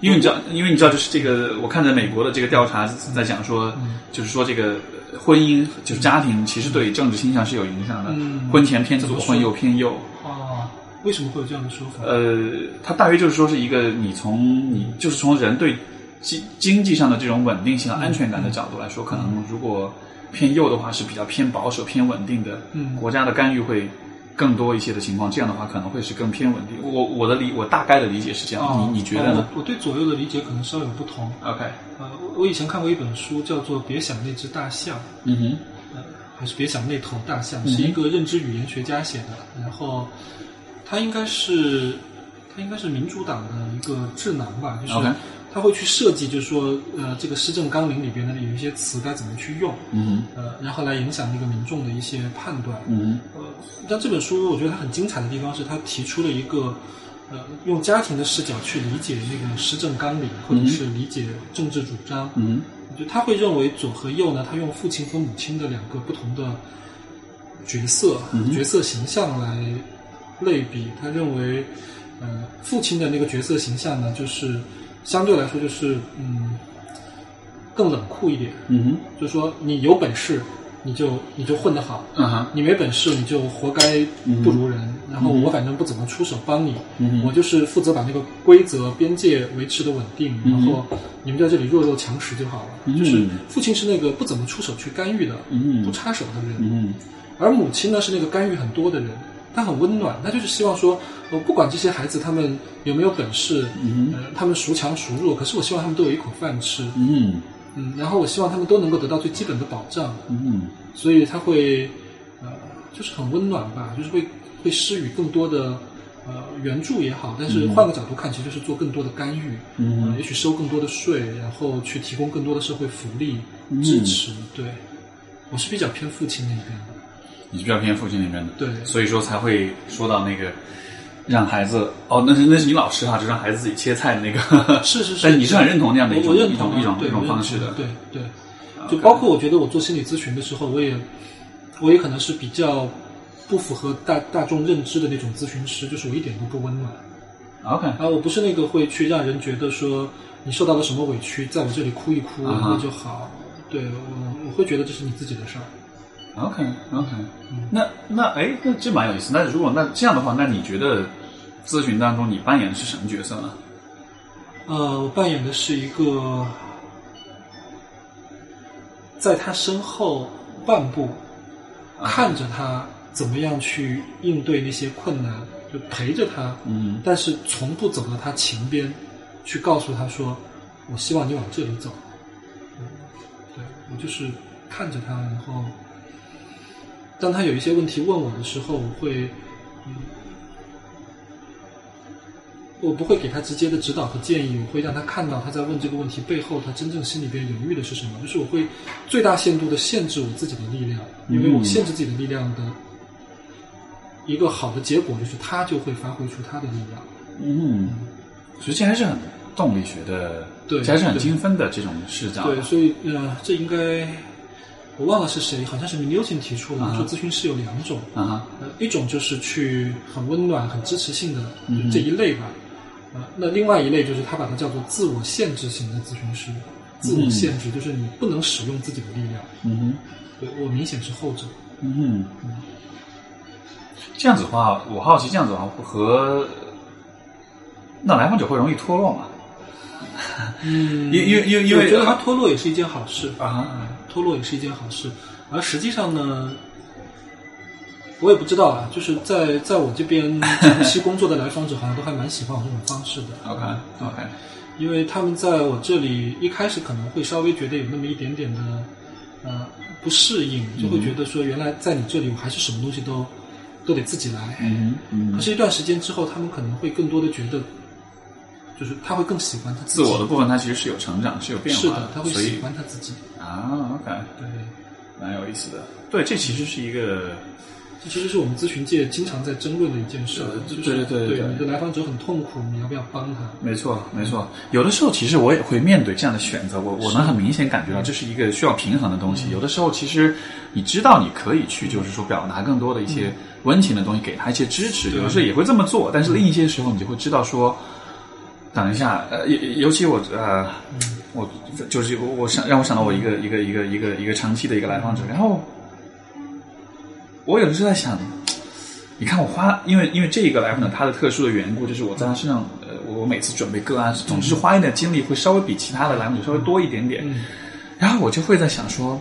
S1: 因为你知道，因为你知道，就是这个，我看着美国的这个调查在讲说，
S2: 嗯
S1: 就是说这个呃婚姻就是家庭，其实对政治倾向是有影响的。
S2: 嗯
S1: 婚前偏
S2: 怎
S1: 左，
S2: 么说
S1: 婚右偏右。
S2: 啊，为什么会有这样的说法？
S1: 呃，它大约就是说是一个你从你就是从人对经经济上的这种稳定性、安全感的角度来说，可能如果偏右的话是比较偏保守、偏稳定的，
S2: 嗯
S1: 国家的干预会更多一些的情况。这样的话可能会是更偏稳定。我我的理我大概的理解是这样，
S2: 啊
S1: 你你觉得呢、
S2: 我我对左右的理解可能稍有不同。
S1: o k
S2: 呃，我我以前看过一本书，叫做《别想那只大象》，
S1: 嗯哼，
S2: 呃，还是别想那头大象，
S1: 嗯
S2: 是一个认知语言学家写的。然后他应该是他应该是民主党的一个智囊吧，就是
S1: OK
S2: 他会去设计，就是说呃，这个施政纲领里边呢有一些词该怎么去用，
S1: 嗯哼，
S2: 呃，然后来影响那个民众的一些判断。
S1: 嗯哼。
S2: 呃，但这本书我觉得它很精彩的地方是，它提出了一个，呃，用家庭的视角去理解那个施政纲领，或者是理解政治主张。
S1: 嗯
S2: 就他会认为左和右呢，他用父亲和母亲的两个不同的角色、
S1: 嗯
S2: 角色形象来类比。他认为，呃，父亲的那个角色形象呢，就是相对来说就是嗯更冷酷一点，
S1: 嗯
S2: 就是说你有本事你就你就混得好，
S1: 哼，嗯哼，
S2: 你没本事，你就活该不如人。然后我反正不怎么出手帮你，
S1: 嗯
S2: 我就是负责把那个规则边界维持的稳定，
S1: 嗯
S2: 然后你们在这里弱肉强食就好了。
S1: 嗯
S2: 就是父亲是那个不怎么出手去干预的，
S1: 嗯
S2: 不插手的人，
S1: 嗯
S2: 而母亲呢是那个干预很多的人，她很温暖，她就是希望说，我不管这些孩子他们有没有本事，
S1: 嗯
S2: 呃，他们孰强孰弱，可是我希望他们都有一口饭吃，
S1: 嗯
S2: 嗯，然后我希望他们都能够得到最基本的保障，
S1: 嗯
S2: 所以他会呃，就是很温暖吧，就是会会施予更多的呃援助也好，但是换个角度看，其实就是做更多的干预，
S1: 嗯
S2: 呃也许收更多的税，然后去提供更多的社会福利
S1: 嗯
S2: 支持。对，我是比较偏父亲那一边的。
S1: 你是比较偏父亲那边的，
S2: 对
S1: 所以说才会说到那个让孩子哦，那是那是你老师哈，就让孩子自己切菜的那 个，
S2: 是是是
S1: 但你是很认同那样的一
S2: 我
S1: 种
S2: 我认
S1: 一
S2: 同
S1: 种
S2: 啊
S1: 一种
S2: 对
S1: 一种
S2: 我认
S1: 方
S2: 同
S1: 式的，
S2: 对对，
S1: OK
S2: 就包括我觉得我做心理咨询的时候，我也我也可能是比较不符合大大众认知的那种咨询师，就是我一点都不温暖。
S1: ，OK，
S2: 啊，我不是那个会去让人觉得说你受到了什么委屈，在我这里哭一哭
S1: 啊哈
S2: 那就好。对我，我会觉得这是你自己的事儿。
S1: OK OK，
S2: 嗯
S1: 那那哎，那这蛮有意思。那如果那这样的话，那你觉得咨询当中你扮演的是什么角色呢？
S2: 呃，我扮演的是一个在他身后半步，
S1: 啊
S2: 看着他怎么样去应对那些困难，就陪着他，
S1: 嗯
S2: 但是从不走到他前边，去告诉他说：“我希望你往这里走。”嗯，对我就是看着他，然后当他有一些问题问我的时候，我会，嗯，我不会给他直接的指导和建议，我会让他看到他在问这个问题背后，他真正心里边犹豫的是什么。就是我会最大限度的限制我自己的力量，因为我
S1: 嗯
S2: 限制自己的力量的一个好的结果就是他就会发挥出他的力量。
S1: 嗯，所以这还是很动力学的，
S2: 对
S1: 这还是很
S2: 对
S1: 精分的这种视角。啊
S2: 对，所以呃，这应该我忘了是谁，好像是 Minutin 提出的，
S1: 啊
S2: 说咨询师有两种，
S1: 啊哈，
S2: 呃，一种就是去很温暖、很支持性的
S1: 嗯
S2: 这一类吧，呃，那另外一类就是他把它叫做自我限制型的咨询师。自我限制就是你不能使用自己的力量，
S1: 嗯哼。
S2: 对我明显是后者。
S1: 嗯，这样子的话，我好奇这样子的话和那来访者会容易脱落嘛？
S2: 嗯，
S1: 因因为因为因为
S2: 我觉得它脱落也是一件好事
S1: 啊，
S2: 脱落也是一件好事。而实际上呢，我也不知道啊，就是在在我这边 长期工作的来访者好像都还蛮喜欢我这种方式的。
S1: OK
S2: 嗯
S1: OK，
S2: 因为他们在我这里一开始可能会稍微觉得有那么一点点的呃不适应，就
S1: 嗯
S2: 会觉得说原来在你这里我还是什么东西都都得自己来。
S1: 嗯嗯
S2: 可，是，一段时间之后，他们可能会更多的觉得，就是他会更喜欢他
S1: 自
S2: 自己。
S1: 我的部分它其实是有成长，是有变
S2: 是
S1: 化
S2: 的，他会
S1: 所以
S2: 喜欢他自己。
S1: 啊 OK，
S2: 对，
S1: 蛮有意思的。对，这其实是一个
S2: 这其实是我们咨询界经常在争论的一件事
S1: 呃，
S2: 就是
S1: 对对对对
S2: 对，你的来访者很痛苦，你要不要帮他？
S1: 没错，没错。有的时候，其实我也会面对这样的选择，我我能很明显感觉到这是一个需要平衡的东西。有的时候，其实你知道你可以去，就是说表达更多的一些温情的东西，给他一些支持。有的时候也会这么做，但是另一些时候，你就会知道说，等一下，呃，尤尤其我呃，我就是我我想让我想到我一个一个一个一个一个长期的一个来访者，然后我有的时候在想，你看我花，因为因为这一个来访者他的特殊的缘故，就是我在他身上，呃，我我每次准备个案，总之是花一点精力会稍微比其他的来访者稍微多一点点，
S2: 嗯
S1: 然后我就会在想说，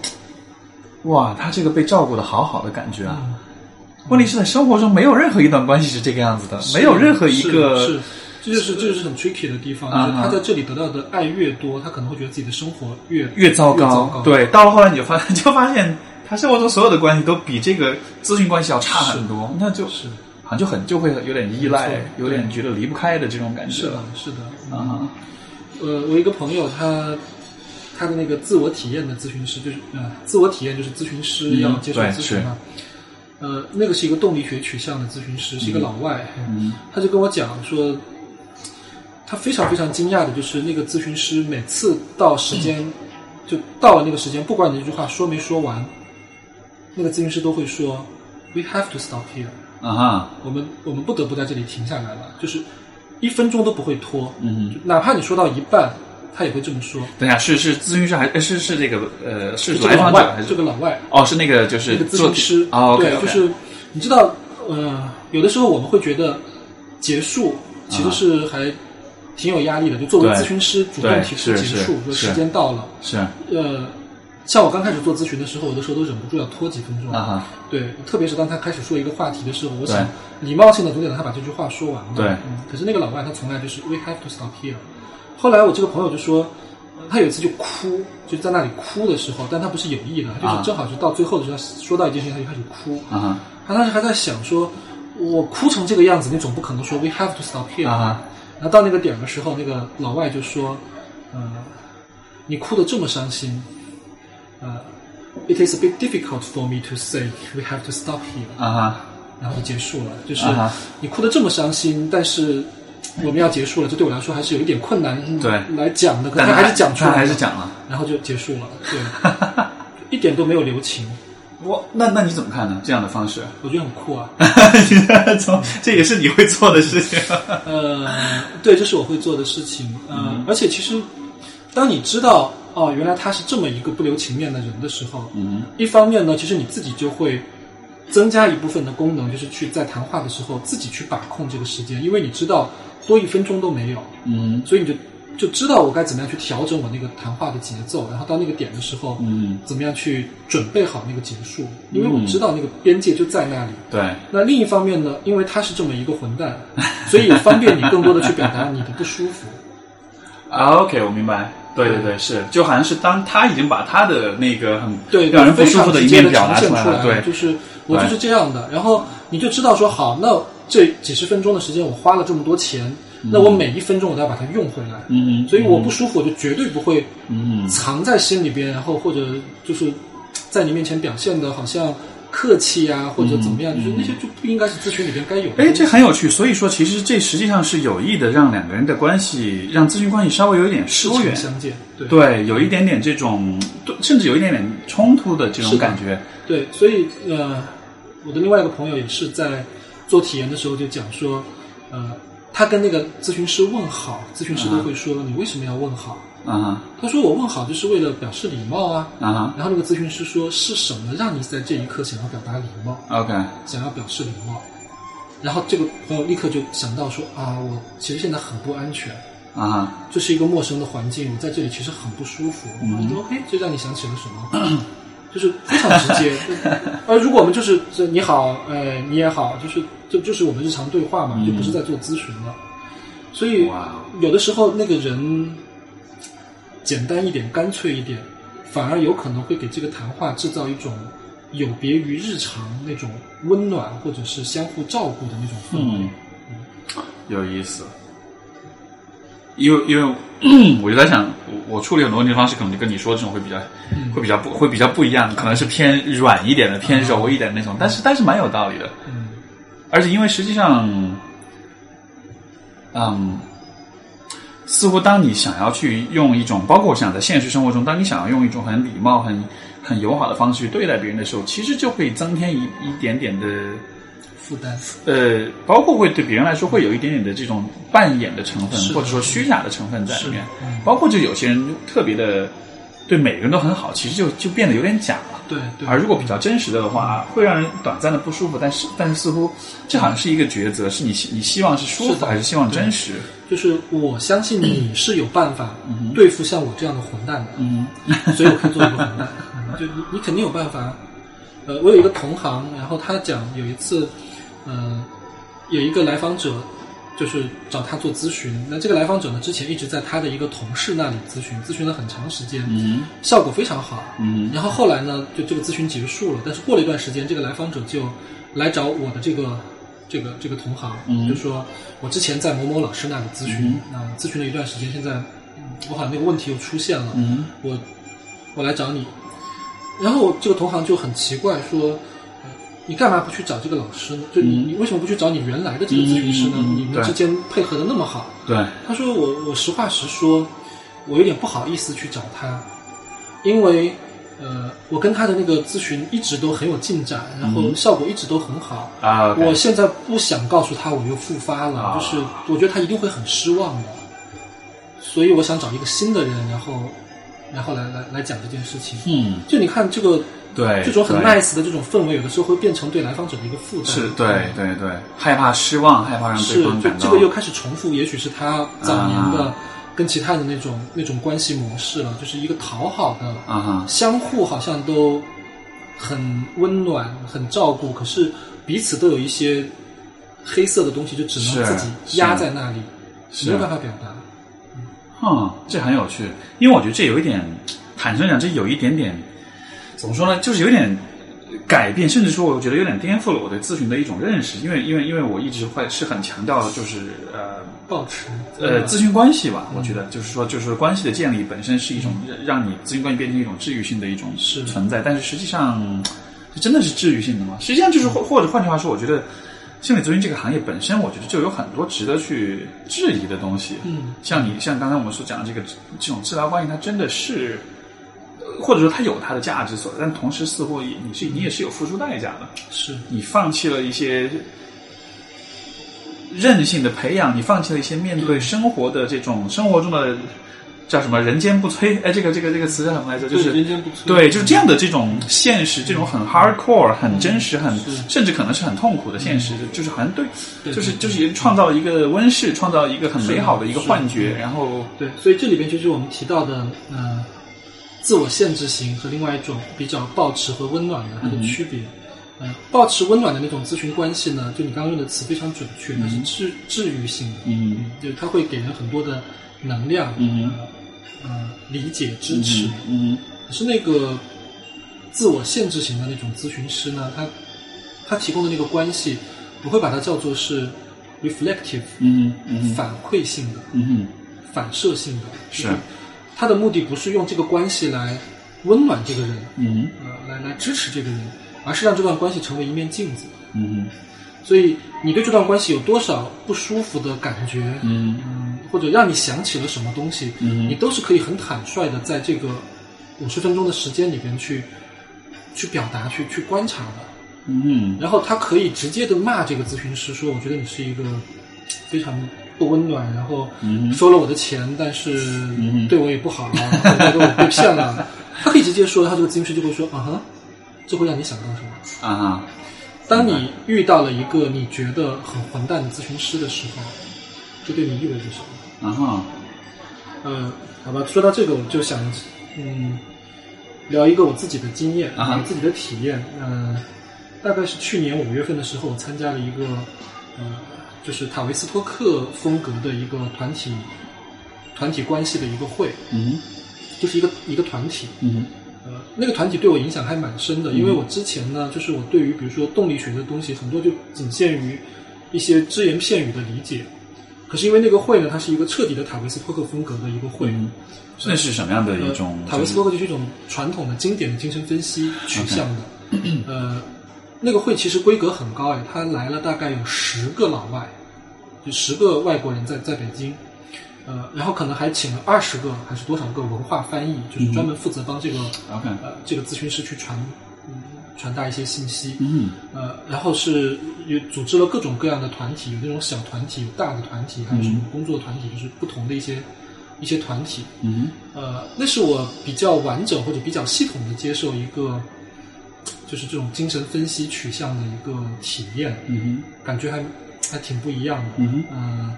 S1: 哇，他这个被照顾的好好的感觉啊。
S2: 嗯
S1: 问题是在生活中没有任何一段关系是这个样子的，没有任何一个
S2: 是，是这就是这就是很 tricky 的地方，
S1: 啊
S2: 就是他在这里得到的爱越多，他可能会觉得自己的生活越
S1: 越糟糕，
S2: 越糟糕
S1: 对，到了后来你就发 你就发现，他生活中所有的关系都比这个咨询关系要差很多，那就是好像就很就会有点依赖
S2: 没错，
S1: 有点觉得离不开的这种感
S2: 是
S1: 觉
S2: 的
S1: 了，
S2: 是的。
S1: 啊哈，
S2: 呃，我一个朋友他。他的那个自我体验的咨询师，就是呃，自我体验就是咨询师要
S1: 嗯
S2: 接受
S1: 对
S2: 咨询嘛。呃，那个是一个动力学取向的咨询师，是一个老外。
S1: 嗯
S2: 他就跟我讲说，他非常非常惊讶的，就是那个咨询师每次到时间，就到了那个时间，不管你这句话说没说完，那个咨询师都会说，We have to stop here，
S1: 啊哈，
S2: 我们我们不得不在这里停下来了，就是一分钟都不会拖，
S1: 嗯
S2: 就。哪怕你说到一半，他也会这么说。
S1: 等一下，是是咨询师还呃是是这个呃是
S2: 就这
S1: 来
S2: 个老
S1: 访者还
S2: 外，
S1: 是
S2: 这个老外，
S1: 哦是那个就是
S2: 一个咨
S1: 做
S2: 询师，
S1: 哦
S2: 对
S1: OK OK
S2: 就是你知道，呃，有的时候我们会觉得结束其实是还挺有压力的，就作为
S1: 啊对
S2: 咨询师主动提出
S1: 对
S2: 结
S1: 是
S2: 束，
S1: 是
S2: 说
S1: 是
S2: 时间到了，
S1: 是啊
S2: 呃。像我刚开始做咨询的时候，有的时候都忍不住要拖几分钟。
S1: 啊哈
S2: 对，特别是当他开始说一个话题的时候，我
S1: 对
S2: 想礼貌性的总得让他把这句话说完嘛。
S1: 对
S2: 嗯。可是那个老外他从来就是 we have to stop here。后来我这个朋友就说，呃他有一次就哭，就在那里哭的时候，但他不是有意的，他就
S1: 啊
S2: 是正好就到最后的时候，他说到一件事情，他就开始哭。
S1: 啊哈
S2: 他当时还在想说，我哭成这个样子，你总不可能说 we have to stop here
S1: 啊。哈
S2: 然后到那个点儿的时候，那个老外就说：“呃，你哭得这么伤心，呃，it is a bit difficult for me to say we have to stop here。
S1: 啊哈”
S2: 然后就结束了，就是
S1: 啊哈
S2: 你哭得这么伤心，但是我们要结束了，这对我来说还是有一点困难
S1: 对
S2: 来讲的，可
S1: 但
S2: 他还是讲出来
S1: 他
S2: 了，
S1: 还是讲了。
S2: 然后就结束了， 对，一点都没有留情，
S1: 我那那你怎么看呢？这样的方 式，
S2: 我觉得很酷啊。
S1: 从这也是你会做的事情。
S2: 呃，对，这是我会做的事情。呃，
S1: 嗯
S2: 而且其实，当你知道哦，原来他是这么一个不留情面的人的时候，
S1: 嗯
S2: 一方面呢，其实你自己就会增加一部分的功能，就是去在谈话的时候自己去把控这个时间，因为你知道多一分钟都没有，
S1: 嗯
S2: 所以你就就知道我该怎么样去调整我那个谈话的节奏，然后到那个点的时候，
S1: 嗯，
S2: 怎么样去准备好那个结束，因为我
S1: 嗯
S2: 知道那个边界就在那里。
S1: 对，
S2: 那另一方面呢，因为他是这么一个混蛋，所以也方便你更多的去表达你的不舒服。
S1: 啊，OK，我明白。对对对，是，就好像是当他已经把他的那个很
S2: 对，
S1: 让人不舒服
S2: 的
S1: 一面表达
S2: 呈现
S1: 来
S2: 出
S1: 了，对，
S2: 就是我
S1: 对
S2: 就是这样的。然后你就知道说，好，那这几十分钟的时间我花了这么多钱，那我每一分钟我都要把它用回来。
S1: 嗯，
S2: 所以我不舒服，我就绝对不会
S1: 嗯，
S2: 藏在心里边，然后或者就是在你面前表现的好像客气啊，或者怎么样，就是那些就不应该是咨询里边该有的东
S1: 嗯哎，
S2: 西。
S1: 这很有趣。所以说，其实这实际上是有意的，让两个人的关系，让咨询关系稍微有一点疏
S2: 多
S1: 远
S2: 远，相见，对。
S1: 对，有一点点这种，对甚至有一点点冲突的这种
S2: 是的
S1: 感觉。
S2: 对，所以呃，我的另外一个朋友也是在做体验的时候就讲说，呃，他跟那个咨询师问好，咨询师都会说、你为什么要问好？
S1: 啊哈
S2: 他说我问好就是为了表示礼貌啊。
S1: 啊哈
S2: 然后那个咨询师说是什么让你在这一刻想要表达礼貌，
S1: ，OK，啊
S2: 想要表示礼貌？然后这个朋友立刻就想到说啊，我其实现在很不安全，
S1: 啊，
S2: 这是一个陌生的环境，我在这里其实很不舒服。
S1: 嗯
S2: 我说 OK，这让你想起了什么？ 就是非常直接。 而如果我们就是这你好，呃，你也好，就是这就是我们日常对话嘛，
S1: 嗯
S2: 就不是在做咨询了。所以
S1: 哇哦
S2: 有的时候那个人简单一点、干脆一点，反而有可能会给这个谈话制造一种有别于日常那种温暖或者是相互照顾的那种氛围。
S1: 嗯，有意思。因为因为我就在想，我我处理很多问题的方式，可能就跟你说这种会比较
S2: 嗯啊
S1: 会比较不会比较不一样，可能是偏软一点的，偏柔一点的那种，但是但是蛮有道理的。
S2: 嗯
S1: 而且因为实际上，嗯，似乎当你想要去用一种，包括我想在现实生活中，当你想要用一种很礼貌、很很友好的方式去对待别人的时候，其实就会增添一一点点的，
S2: 负担。
S1: 呃，包括会对别人来说会有一点点的这种扮演的成分，
S2: 是的
S1: 或者说虚假的成分在里面
S2: 是。嗯
S1: 包括就有些人就特别的对每个人都很好，其实就就变得有点假了。
S2: 对对，
S1: 而如果比较真实的话，会让人短暂的不舒服，但是但是似乎这好像是一个抉择，是你希你希望是舒
S2: 是
S1: 服
S2: 的
S1: 还是希望真实？
S2: 就是我相信你是有办法对付像我这样的混蛋的，
S1: 嗯
S2: 所以我可以做一个 混蛋。就你你肯定有办法。呃，我有一个同行，然后他讲有一次，呃，有一个来访者就是找他做咨询，那这个来访者呢之前一直在他的一个同事那里咨询，咨询了很长时间，
S1: 嗯
S2: 效果非常好。
S1: 嗯
S2: 然后后来呢，就这个咨询结束了，但是过了一段时间，这个来访者就来找我的这个这个这个同行，
S1: 嗯
S2: 就说我之前在某某老师那里咨询，那、咨询了一段时间，现在、嗯我好像那个问题又出现了，
S1: 嗯
S2: 我我来找你，然后我这个同行就很奇怪说。呃你干嘛不去找这个老师呢？就你，
S1: 嗯
S2: 你为什么不去找你原来的这个咨询师呢？
S1: 嗯嗯嗯嗯
S2: 你们
S1: 对
S2: 之间配合的那么好，
S1: 对，
S2: 他说我我实话实说，我有点不好意思去找他，因为呃，我跟他的那个咨询一直都很有进展，然后
S1: 嗯
S2: 效果一直都很好。
S1: 啊，
S2: 我现在不想告诉他我又复发了，
S1: 啊
S2: 就是我觉得他一定会很失望的，所以我想找一个新的人，然后然后来来来讲这件事情。
S1: 嗯
S2: 就你看这个
S1: 对，
S2: 这种很
S1: 对
S2: nice 的这种氛围，有的时候会变成对来访者的一个负担。
S1: 是对对对，害怕失望，害怕让
S2: 是
S1: 对，方
S2: 就
S1: 感到
S2: 这个又开始重复，也许是他早年的
S1: 啊
S2: 跟其他人那种那种关系模式了，就是一个讨好的，
S1: 啊哈，
S2: 相互好像都很温暖、很照顾，可是彼此都有一些黑色的东西，就只能
S1: 是
S2: 自己压在那里，
S1: 是
S2: 没有办法表达。
S1: 哼，这很有趣，因为我觉得这有一点，坦诚讲，这有一点点，怎么说呢？就是有点改变，甚至说，我觉得有点颠覆了我对咨询的一种认识，因为因为因为我一直会是很强调的，就是呃。
S2: 保持啊
S1: 呃，咨询关系吧，我觉得
S2: 嗯
S1: 就是说，就是关系的建立本身是一种让你咨询关系变成一种治愈性的一种
S2: 是
S1: 存在，但是实际上，这真的是治愈性的吗？实际上就是
S2: 嗯
S1: 或或者换句话说，我觉得心理咨询这个行业本身，我觉得就有很多值得去质疑的东西。
S2: 嗯，
S1: 像你像刚才我们所讲的这个这种治疗关系，它真的是，呃或者说它有它的价值所在，但同时似乎也你是你也是有付出代价的。
S2: 是
S1: 你放弃了一些韧性的培养，你放弃了一些面对生活的这种生活中的叫什么“人间不摧”？哎，这个这个这个词叫什么来着？就是
S2: 对人间不摧
S1: 对，就是这样的这种现实，这种很 hardcore、很真实、很
S2: 是
S1: 甚至可能是很痛苦的现实，就是好像对，
S2: 对
S1: 就是
S2: 对
S1: 就是也创造了一个温室，创造了一个很美好的一个幻觉，然后
S2: 对，所以这里边就是我们提到的，呃，自我限制型和另外一种比较抱持和温暖的它的区别。嗯、呃，抱持温暖的那种咨询关系呢，就你刚刚用的词非常准确，它是治治愈性的，
S1: 嗯
S2: 就它会给人很多的能量，
S1: 嗯
S2: 呃，理解支持。
S1: 嗯
S2: 可是那个自我限制型的那种咨询师呢，他他提供的那个关系，我会把它叫做是 reflective，、
S1: 嗯嗯
S2: 反馈性的。
S1: 嗯
S2: 反射性的，就是他的目的不是用这个关系来温暖这个人，
S1: 嗯
S2: 呃，来来支持这个人，而是让这段关系成为一面镜子。
S1: 嗯
S2: 所以你对这段关系有多少不舒服的感觉，
S1: 嗯
S2: 嗯或者让你想起了什么东西，
S1: 嗯
S2: 你都是可以很坦率的在这个五十分钟的时间里边去去表达、去去观察的。
S1: 嗯。
S2: 然后他可以直接的骂这个咨询师说：“我觉得你是一个非常不温暖，然后
S1: 嗯
S2: 收了我的钱，但是
S1: 嗯
S2: 对我也不好，我觉得我被骗啊了。”他可以直接说，他这个咨询师就会说：“啊哈，这会让你想到什么？
S1: 啊哈，
S2: 当你遇到了一个你觉得很混蛋的咨询师的时候，这对你意味着什么？
S1: 啊哈，
S2: 嗯，好吧，说到这个，我就想，嗯，聊一个我自己的经验，
S1: 啊哈
S2: 我自己的体验。嗯、大概是去年五月份的时候，我参加了一个，呃，就是塔维斯托克风格的一个团体团体关系的一个会，
S1: 嗯
S2: 就是一个一个团体。
S1: 嗯
S2: 呃，那个团体对我影响还蛮深的，因为我之前呢，就是我对于比如说动力学的东西，很多就仅限于一些只言片语的理解。可是因为那个会呢，它是一个彻底的塔维斯托克风格的一个会，
S1: 嗯，那是什么样的一种
S2: 呃、塔维斯托克就是一种传统的经典的精神分析取向的。呃，那个会其实规格很高哎，他来了大概有十个老外，就十个外国人在在北京。呃，然后可能还请了二十个还是多少个文化翻译，就是专门负责帮这个、
S1: 嗯 OK
S2: 呃这个咨询师去传、嗯、传达一些信息。
S1: 嗯
S2: 呃，然后是也组织了各种各样的团体，有那种小团体，有大的团体，还有什么工作团体，就是不同的一些一些团体。
S1: 嗯
S2: 呃，那是我比较完整或者比较系统的接受一个，就是这种精神分析取向的一个体验，
S1: 嗯
S2: 感觉还还挺不一样的。
S1: 嗯
S2: 呃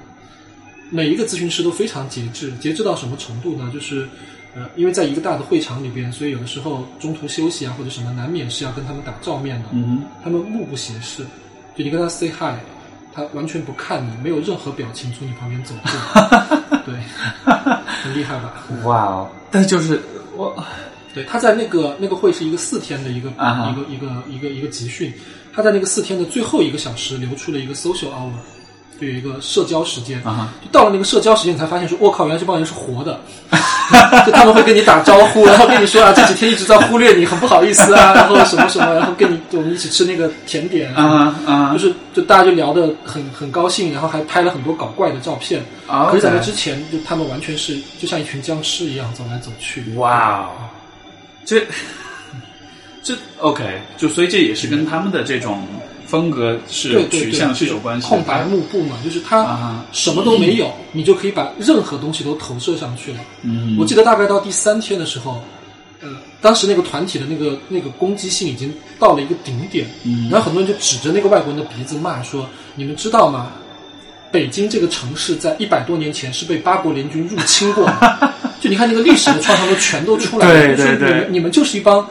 S2: 每一个咨询师都非常节制，节制到什么程度呢？就是呃，因为在一个大的会场里边，所以有的时候中途休息啊或者什么，难免是要跟他们打照面的。
S1: 嗯
S2: 他们目不斜视，就你跟他 say hi，他完全不看你，没有任何表情从你旁边走过。对，很厉害吧？
S1: 哼，啊哇哦！但就是我
S2: 对，他在那个那个会是一个四天的一个、
S1: 啊哈
S2: 一个一个一个一个集训，他在那个四天的最后一个小时留出了一个 social hour，就有一个社交时间。
S1: 啊哈
S2: 就到了那个社交时间，你才发现说，我靠，原来这帮人是活的， 就他们会跟你打招呼，然后跟你说啊，这几天一直在忽略你，很不好意思啊，然后什么什么，然后跟你我们一起吃那个甜点
S1: 啊哈啊哈
S2: 就是就大家就聊得很很高兴，然后还拍了很多搞怪的照片。
S1: 啊
S2: 可是在那之前，就他们完全是就像一群僵尸一样走来走去。
S1: 哇哦，这这 OK，就所以这也是跟他们的这种风格
S2: 对
S1: 是
S2: 对
S1: 取
S2: 对，
S1: 向是有关系的。
S2: 空白幕布嘛，就是
S1: 啊
S2: 它
S1: 哈，
S2: 什么都没有，你就可以把任何东西都投射上去了。
S1: 嗯，
S2: 我记得大概到第三天的时候，呃，当时那个团体的那个那个攻击性已经到了一个顶点，
S1: 嗯
S2: 然后很多人就指着那个外国人的鼻子骂说：“你们知道吗？北京这个城市在一百多年前是被八国联军入侵过 的，就你看那个历史的创伤都全都出来
S1: 对对
S2: 了，就是你们
S1: 对
S2: 你们就是一帮。”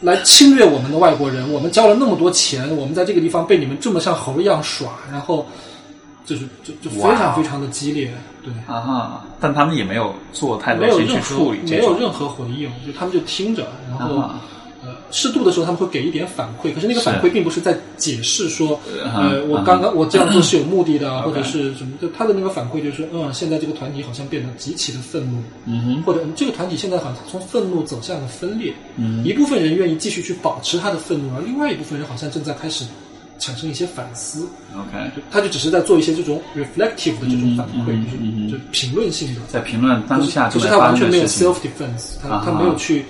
S2: 来侵略我们的外国人，我们交了那么多钱，我们在这个地方被你们这么像猴一样耍，然后就是就就非
S1: 哇哦
S2: 常非常的激烈，对。
S1: 啊哈，但他们也没有做太多
S2: 没有
S1: 心去
S2: 任何
S1: 处理
S2: 没
S1: 这
S2: 有
S1: 种。
S2: 任何回应，就他们就听着，然后、
S1: 啊
S2: 呃适度的时候他们会给一点反馈，可是那个反馈并不是在解释说，
S1: 啊
S2: 呃，我刚刚我这样做是有目的的，啊，或者是什么，就他的那个反馈就是，嗯，现在这个团体好像变得极其的愤怒，
S1: 嗯哼，
S2: 或者嗯这个团体现在好像从愤怒走向了分裂，
S1: 嗯
S2: 一部分人愿意继续去保持他的愤怒，而另外一部分人好像正在开始产生一些反思，
S1: ，OK，
S2: 就他就只是在做一些这种 reflective 的这种反馈，
S1: 嗯
S2: 就是、
S1: 嗯嗯
S2: 就评论性的。
S1: 在评论当下
S2: 可
S1: 就是在
S2: 他
S1: 发
S2: 完
S1: 生
S2: 全
S1: 的
S2: 没有
S1: 事情
S2: self defense，他
S1: 啊
S2: 他没有去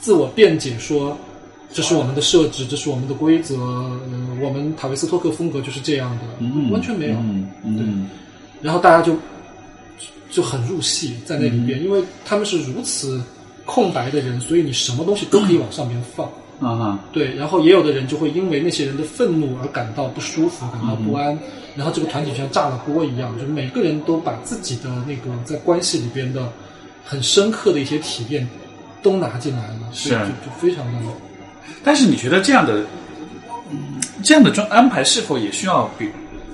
S2: 自我辩解说这是我们的设置，这是我们的规则，呃我们塔维斯托克风格就是这样
S1: 嗯，
S2: 的，完全没有。
S1: 嗯嗯
S2: 然后大家就就很入戏在那里边，
S1: 嗯
S2: 因为他们是如此空白的人，所以你什么东西都可以往上面放。
S1: 啊哈，
S2: 对，然后也有的人就会因为那些人的愤怒而感到不舒服，感到不
S1: 嗯
S2: 安，然后这个团体就像炸了锅一样，就每个人都把自己的那个在关系里边的很深刻的一些体验都拿进来了，
S1: 是啊
S2: 所以就就非常的
S1: 但是你觉得这样的，嗯，这样的专安排是否也需要比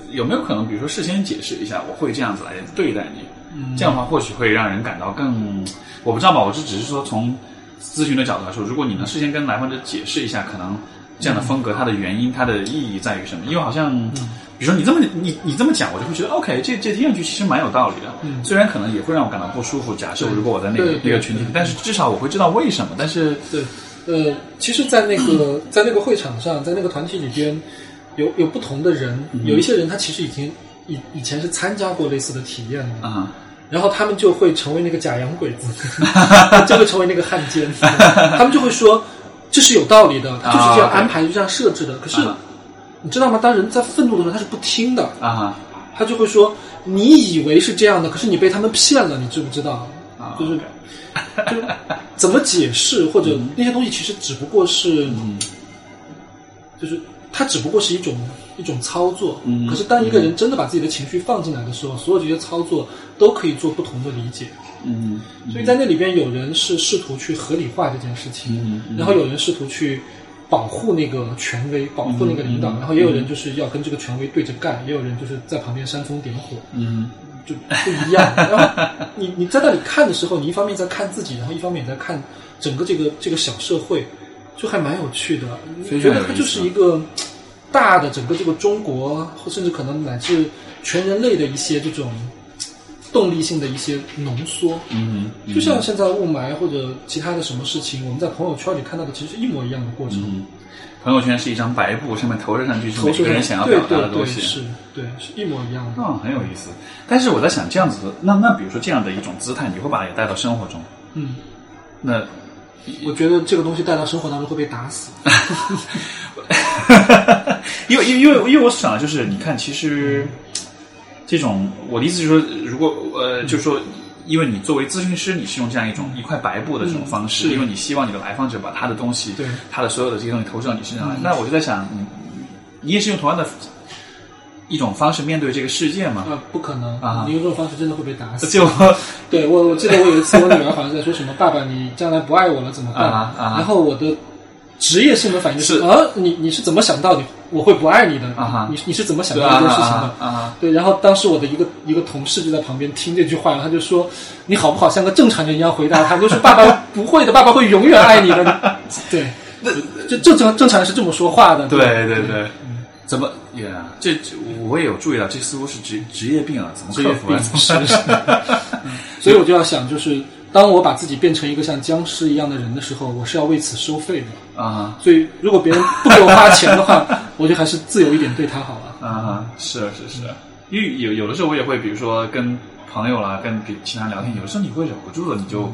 S1: 有没有可能，比如说事先解释一下，我会这样子来对待你，
S2: 嗯
S1: 这样的话或许会让人感到更，我不知道吧，我是只是说从咨询的角度来说，如果你能事先跟来访者解释一下，可能这样的风格它的原因、它的意义在于什么，因为好像。
S2: 嗯
S1: 比如说你这么你你这么讲，我就会觉得 OK，这这听上去其实蛮有道理的。
S2: 嗯
S1: 虽然可能也会让我感到不舒服。假设
S2: 对
S1: 如果我在那个
S2: 对
S1: 那个群体里，
S2: 对
S1: 但是至少我会知道为什么。但是
S2: 对。呃，其实，在那个在那个会场上，在那个团体里边，有有不同的人，
S1: 嗯
S2: 有一些人他其实已经以以前是参加过类似的体验的，
S1: 啊、
S2: 然后他们就会成为那个假洋鬼子，就会成为那个汉奸，他们就会说这是有道理的，他就是这样安排，就这样设置的。可是
S1: 啊
S2: 你知道吗？当人在愤怒的时候，他是不听的，
S1: 啊哈。
S2: 他就会说你以为是这样的，可是你被他们骗了，你知不知道？
S1: 啊
S2: 就是 就是
S1: 嗯
S2: 怎么解释，或者那些东西其实只不过是，就是它只不过是一种一种操作。
S1: 嗯
S2: 可是当一个人真的把自己的情绪放进来的时候，所有这些操作都可以做不同的理解。
S1: 嗯
S2: 所以在那里边，有人是试图去合理化这件事情，
S1: 嗯嗯
S2: 然后有人试图去保护那个权威，保护那个领导，
S1: 嗯嗯
S2: 然后也有人就是要跟这个权威对着干，也有人就是在旁边煽风点火，
S1: 嗯
S2: 就不一样。然后你你在那里看的时候，你一方面在看自己，然后一方面也在看整个这个这个小社会，就还蛮有趣的。
S1: 非常
S2: 你觉
S1: 有意思啊
S2: 得它就是一个嘖大的整个这个中国，或甚至可能乃至全人类的一些这种嘖动力性的一些浓缩。
S1: 嗯，嗯
S2: 就像现在雾霾或者其他的什么事情，我们在朋友圈里看到的其实是一模一样的过程。
S1: 嗯，朋友圈是一张白布，上面投射上去是
S2: 投
S1: 每
S2: 射
S1: 个
S2: 上
S1: 人想要
S2: 对
S1: 表达
S2: 对
S1: 的
S2: 对
S1: 东西。
S2: 是，对是一模一样的。
S1: 嗯，很有意思。但是我在想，这样子的，那那比如说这样的一种姿态，你会把它也带到生活中？
S2: 嗯，
S1: 那
S2: 我觉得这个东西带到生活当中会被打死。
S1: 因为因为因为因为我想的就是，你看，其实这种我的意思就是说，如果呃，就是说。因为你作为咨询师，你是用这样一种一块白布的这种方式，
S2: 嗯是
S1: 因为你希望你的来访者把他的东西，
S2: 对嗯
S1: 他的所有的这些东西投射到你身上来。那我就在想，你你也是用同样的一种方式面对这个世界嘛？
S2: 呃，不可能
S1: 啊
S2: 你用这种方式真的会被打死。
S1: 就
S2: 对我，我记得我有一次，我女儿好像在说什么“爸爸，你将来不爱我了怎么办？”
S1: 啊啊
S2: 然后我的职业性的反应就是是：啊，你你是怎么想到你我会不爱你的？
S1: 啊哈
S2: 你你是怎么 想
S1: 对
S2: 到
S1: 啊
S2: 这件事情的？
S1: 啊啊！
S2: 对，然后当时我的一个一个同事就在旁边听这句话，然后他就说：“你好不好像个正常人一样 回答他？”就是爸爸不会的，爸爸会永远爱你的。对，就正常正常人是这么说话 的。
S1: 对对对，怎么也这这我也有注意到，这似乎是职职业病啊，怎么
S2: 职
S1: 克
S2: 业
S1: 服
S2: 病
S1: 啊？
S2: 是是。 所以我就要想，就是当我把自己变成一个像僵尸一样的人的时候，我是要为此收费的。
S1: 啊
S2: 所以如果别人不给我花钱的话，我就还是自由一点对他好了。
S1: 啊，是是是，
S2: 嗯
S1: 因为有有的时候我也会，比如说跟朋友啦，跟别其他人聊天，有的时候你会忍不住的，你就。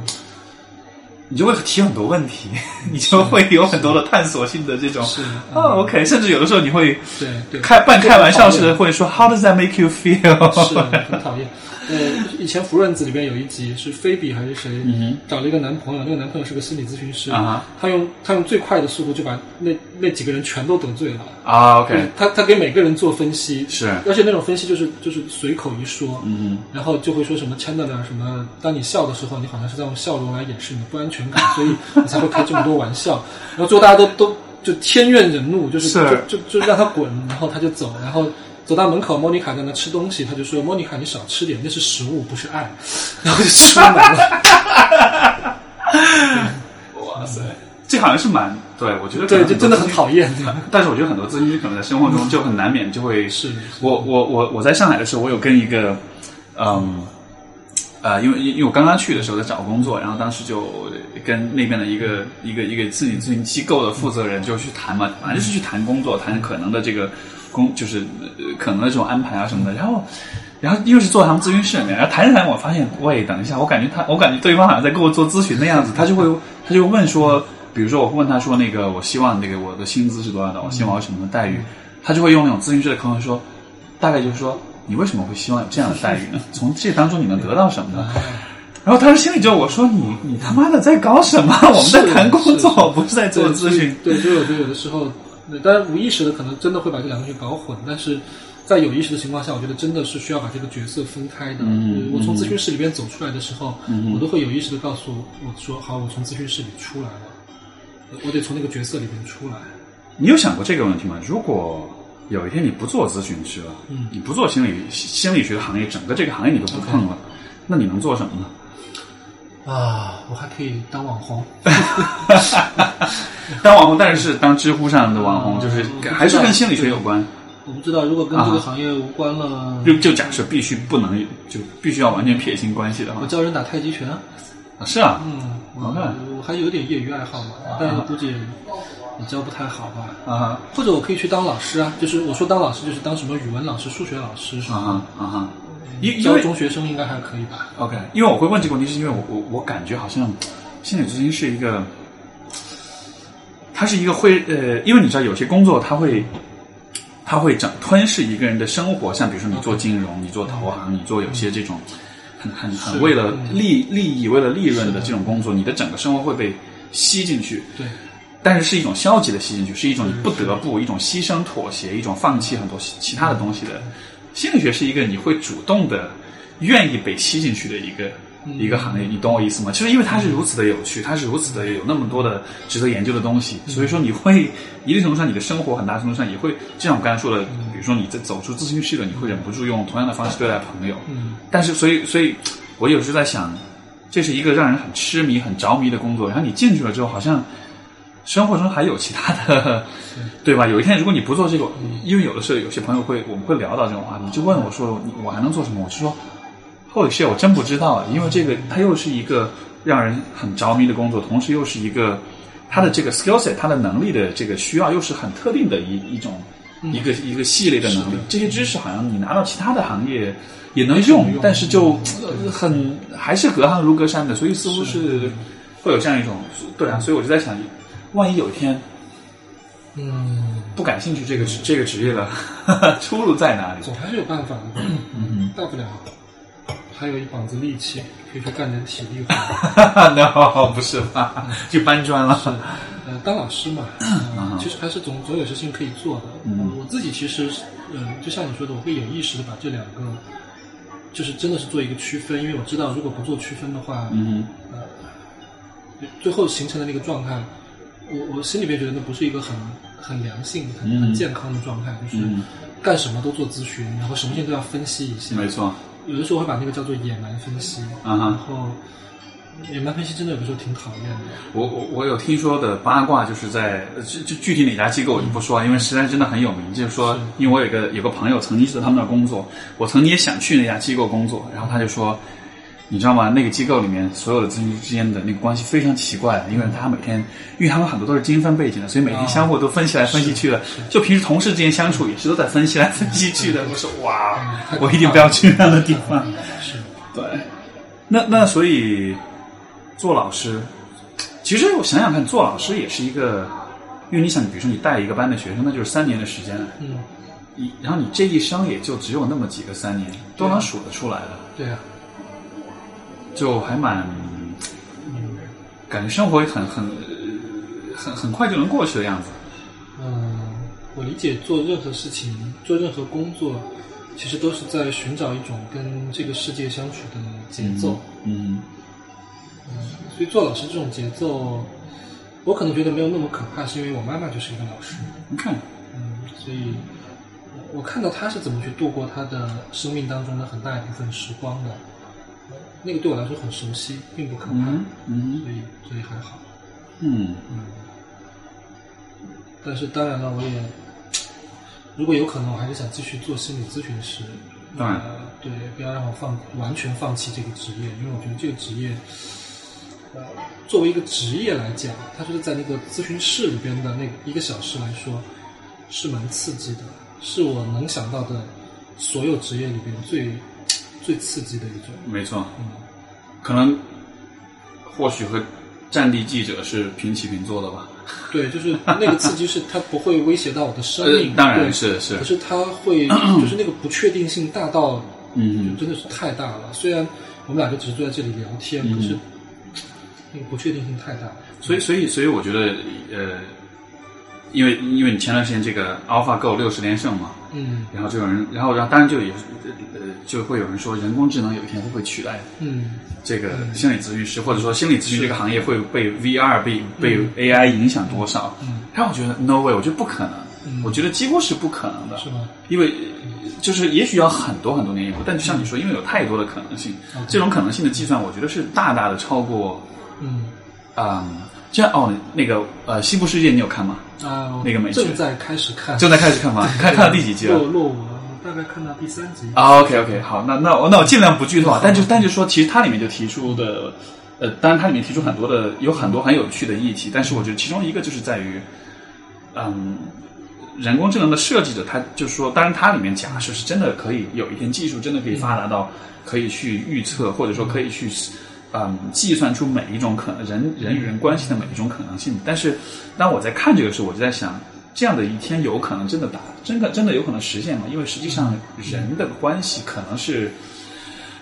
S1: 你就会提很多问题， 你就会有很多的探索性的这种
S2: 是
S1: 啊，OK，甚至有的时候你会
S2: 对对。
S1: 开半开玩笑似
S2: 讨
S1: 的，
S2: 厌
S1: 会说 How does that make you feel？
S2: 是很讨厌。呃，以前《福润子》里边有一集是菲比还是谁、
S1: 嗯哼
S2: 找了一个男朋友，那个男朋友是个心理咨询师，
S1: 啊哈
S2: 他用他用最快的速度就把那那几个人全都得罪了。
S1: 啊，OK，
S2: 他他给每个人做分析，
S1: 是
S2: 而且那种分析就是就是随口一说，
S1: 嗯
S2: 然后就会说什么 Chandler 啊什么，当你笑的时候，你好像是在用笑容来掩饰你的不安全感，所以你才会开这么多玩笑。然后最后大家都都就天怨人怒，就是
S1: 是
S2: 就就就让他滚，然后他就走，然后走到门口，莫妮卡在那吃东西，他就说莫妮卡你少吃点，那是食物不是爱， 然后就出门了。
S1: 哇塞，这好像是蛮对，我觉得
S2: 对，
S1: 可能
S2: 就真的
S1: 多
S2: 很
S1: 咨询
S2: 讨厌。
S1: 但是我觉得很多咨询师可能在生活中就很难免就会
S2: 是
S1: 我我我我在上海的时候，我有跟一个嗯呃，因为因为我刚刚去的时候在找工作，然后当时就跟那边的一个一个一个自己咨询机构的负责人就去谈嘛，反正就是去谈工作，谈可能的这个工就是呃可能的这种安排啊什么的，然后。然后又是做他们咨询室里面，然后谈着谈着，我发现，喂，等一下，我感觉他，我感觉对方好像在跟我做咨询的样子，他就会，他就问说，比如说我问他说那个，我希望那个我的薪资是多少的，我希望我有什么待遇，他就会用那种咨询师的口吻说，大概就是说，你为什么会希望有这样的待遇 呢？从这当中你能得到什么呢？然后当时心里就我说你你他妈的在搞什 么？我们在谈工作，不是在 做咨询。
S2: 对，就有就有的时候，对当然无意识的可能真的会把这两个东西搞混，但是在有意识的情况下，我觉得真的是需要把这个角色分开的。
S1: 嗯
S2: 呃我从咨询室里边走出来的时候，我都会有意识的告诉我说：“好，我从咨询室里出来了，我我得从那个角色里边出来。
S1: 你有想过这个问题吗？如果有一天你不做咨询师了，
S2: 嗯
S1: 你不做心理心理学的行业，整个这个行业你都不碰了，那你能做什么呢？”
S2: 啊，我还可以当网红，
S1: 当网红，但是是当知乎上的网红，
S2: 嗯
S1: 就是
S2: 我不知道
S1: 还是跟心理学有关。
S2: 我不知道如果跟这
S1: 啊
S2: 个行业无关了，
S1: 就就假设必须不能，就必须要完全撇清关系的话
S2: 我，教人打太极拳啊。
S1: 啊是啊，
S2: 嗯，
S1: 好看
S2: 我我还有点业余爱好嘛，但是估计也教不太好吧。
S1: 啊
S2: 或者我可以去当老师啊，就是我说当老师就是当什么语文老师、数学老师
S1: 哈啊哈啊哈，因因
S2: 教
S1: 为
S2: 中学生应该还可以吧？
S1: OK，因为我会问这个问题，是因为我我我感觉好像心理咨询是一个，它是一个会呃，因为你知道有些工作它会。它会整吞噬一个人的生活，像比如说你做金融，你做投行，你做有些这种很很很
S2: 嗯是
S1: 为了
S2: 嗯
S1: 利利益、为了利润的这种工作，你的整个生活会被吸进去。
S2: 对，
S1: 但是是一种消极的吸进去，是一种你不得不、一种牺牲、妥协、一种放弃很多其其他的东西的。心理学是一个你会主动的、愿意被吸进去的一个、一个行业，你懂我意思吗？就是因为它是如此的有趣，它是如此的有那么多的值得研究的东西，所以说你会一定程度上，你的生活很大程度上也会，就像我刚才说的，比如说你在走出咨询室了，你会忍不住用同样的方式对待朋友。
S2: 嗯
S1: 但是，所以，所以我有时在想，这是一个让人很痴迷、很着迷的工作。然后你进去了之后，好像生活中还有其他的， 对吧？有一天，如果你不做这个，因为有的时候有些朋友会，我们会聊到这种话题，就问我说：“你我还能做什么？”我就说：“Holy shit，我真不知道。”因为这个，它又是一个让人很着迷的工作，同时又是一个它的这个 skill set，它的能力的这个需要，又是很特定的一一种。一个一个系列的能力，这些知识好像你拿到其他的行业也能用，但是就、呃很还是隔行如隔山的，所以似乎是会有这样一种对啊，所以我就在想，万一有一天
S2: 嗯，
S1: 不感兴趣这个职这个职业了， 出路在哪里？
S2: 总还是有办法的，
S1: 嗯
S2: 大不了还有一膀子力气可以去干点体力活。
S1: ，no，不是吧？ 就搬砖了。
S2: 呃，当老师嘛，
S1: 啊
S2: 呃其实还是总总有事情可以做的。我我自己其实，嗯、就像你说的，我会有意识的把这两个，就是真的是做一个区分，因为我知道如果不做区分的话，
S1: 嗯
S2: 呃，对呃最后形成的那个状态，我我心里面觉得那不是一个很很良性、很很
S1: 嗯
S2: 健康的状态，就是
S1: 嗯
S2: 干什么都做咨询，然后什么事情都要分析一下
S1: 哼，。没错，
S2: 有的时候我会把那个叫做野蛮分析，
S1: 啊
S2: 然
S1: 哈。
S2: 后野蛮分析真的有的时候挺讨厌的。
S1: 我我我有听说的八卦，就是在呃具具具体哪家机构我就不说，因为实在真的很有名。就是说
S2: 是，
S1: 因为我有一个有个朋友曾经是在他们那儿工作，我曾经也想去那家机构工作，然后他就说，你知道吗？那个机构里面所有的咨询师之间的那个关系非常奇怪，因为他每天，因为他们很多都是精分背景的，所以每天相互都分析来分析去的，就平时同事之间相处也是都在分析来分析去的。 我说哇，我一定不要去那样的地方。
S2: 是。
S1: 对，那那所以做老师，其实我想想看，做老师也是一个，因为你想，比如说你带一个班的学生，那就是三年的时间了，
S2: 嗯，
S1: 你然后你这一生也就只有那么几个三年，都能数得出来的，
S2: 对啊，
S1: 就还蛮，
S2: 嗯
S1: 感觉生活很很呃很很快就能过去的样子。
S2: 嗯，我理解做任何事情、做任何工作，其实都是在寻找一种跟这个世界相处的节奏。
S1: 嗯，
S2: 所以做老师这种节奏，我可能觉得没有那么可怕，是因为我妈妈就是一个老师。
S1: 你看，
S2: 嗯，所以我我看到她是怎么去度过她的生命当中的很大一部分时光的，那个对我来说很熟悉，并不可怕，
S1: 嗯嗯
S2: 所以所以还好。
S1: 嗯，
S2: 嗯，但是当然了，我也如果有可能，我还是想继续做心理咨询师。
S1: 当然
S2: 呃，对，不要让我放完全放弃这个职业，因为我觉得这个职业，呃，作为一个职业来讲，它就是在那个咨询室里边的那一个小时来说，是蛮刺激的，是我能想到的所有职业里边最最刺激的一种。
S1: 没错，
S2: 嗯，
S1: 可能或许和战地记者是平起平坐的吧。
S2: 对，就是那个刺激是它不会威胁到我的生命，
S1: 呃，当然
S2: 对
S1: 是是
S2: 可，是它 会就是那个不确定性大到，
S1: 嗯
S2: 就真的是太大了。虽然我们俩就只是坐在这里聊天，
S1: 嗯
S2: 可是那个不确定性太大了。
S1: 所以，所以，所以，我觉得，呃，因为因为你前段时间这个 AlphaGo 六十连胜嘛，
S2: 嗯
S1: 然后就有人，然后然后当然就也是呃就会有人说，人工智能有一天会不会取代
S2: 嗯，
S1: 这个心理咨询师，或者说心理咨询这个行业会被 VR 被被 AI 影响多少？
S2: 嗯，
S1: 但我觉得 no way，我觉得不可能，
S2: 嗯
S1: 我觉得几乎是不可能的，
S2: 是吗？
S1: 因为呃就是也许要很多很多年以后，但就像你说，因为有太多的可能性，
S2: OK
S1: 这种可能性的计算，我觉得是大大的超过。
S2: 嗯
S1: 嗯，这样哦，那个呃，《西部世界》你有看吗？
S2: 啊，我
S1: 那个美剧
S2: 正在开始看，
S1: 正在开始看吗？ 看看到第几集
S2: 落
S1: 了？
S2: 落伍了，我大概看到第三集。
S1: 啊，OK OK，好，那那我那我尽量不剧透啊。但就但就说，其实它里面就提出的，呃，当然它里面提出很多的有很多很有趣的议题，但是我觉得其中一个就是在于，嗯，人工智能的设计者，他就说，当然它里面假设是真的可以有一天技术真的可以发达到可以去预测，或者说可以去。嗯，计算出每一种可能人人与人关系的每一种可能性。但是，当我在看这个时候，我就在想，这样的一天有可能真的达，真的真的有可能实现吗？因为实际上人的关系可能是，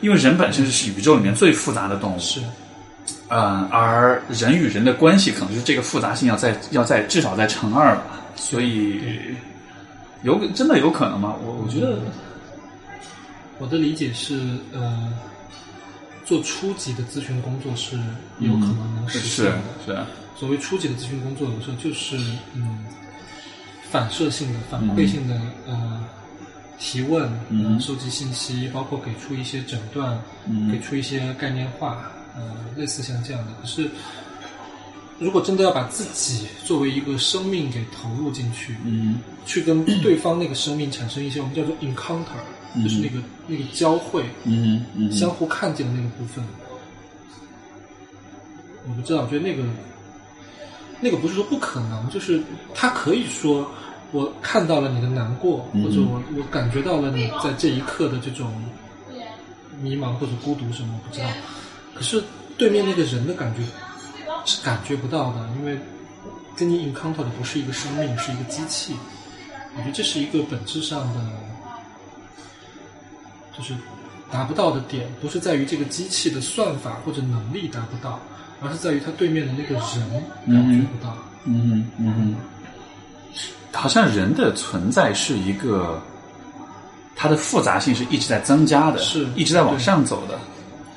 S1: 因为人本身是宇宙里面最复杂的动物，
S2: 是，
S1: 呃，而人与人的关系可能就是这个复杂性要在要在至少在乘二吧，所以有真的有可能吗？我我觉得
S2: 我的理解是，呃，做初级的咨询工作是有可能能实现
S1: 嗯是
S2: 的。
S1: 是，啊
S2: 所谓初级的咨询工作，有时候就是嗯，反射性的、反馈性的、呃提问，
S1: 嗯
S2: 收集信息，包括给出一些诊断，
S1: 嗯
S2: 给出一些概念化，呃，类似像这样的。可是，如果真的要把自己作为一个生命给投入进去，
S1: 嗯
S2: 去跟对方那个生命产生一些我们叫做 encounter，、
S1: 嗯
S2: 就是那个那个交汇，
S1: 嗯嗯
S2: 相互看见的那个部分，我不知道，我觉得那个那个不是说不可能，就是他可以说我看到了你的难过，
S1: 嗯
S2: 或者我我感觉到了你在这一刻的这种迷茫或者孤独什么，我不知道。可是对面那个人的感觉是感觉不到的，因为跟你 encounter 的不是一个生命，是一个机器。我觉得这是一个本质上的，就是达不到的点，不是在于这个机器的算法或者能力达不到，而是在于它对面的那个人感觉不到。
S1: 嗯嗯嗯，好像人的存在是一个，它的复杂性是一直在增加的，
S2: 是
S1: 一直在往上走的。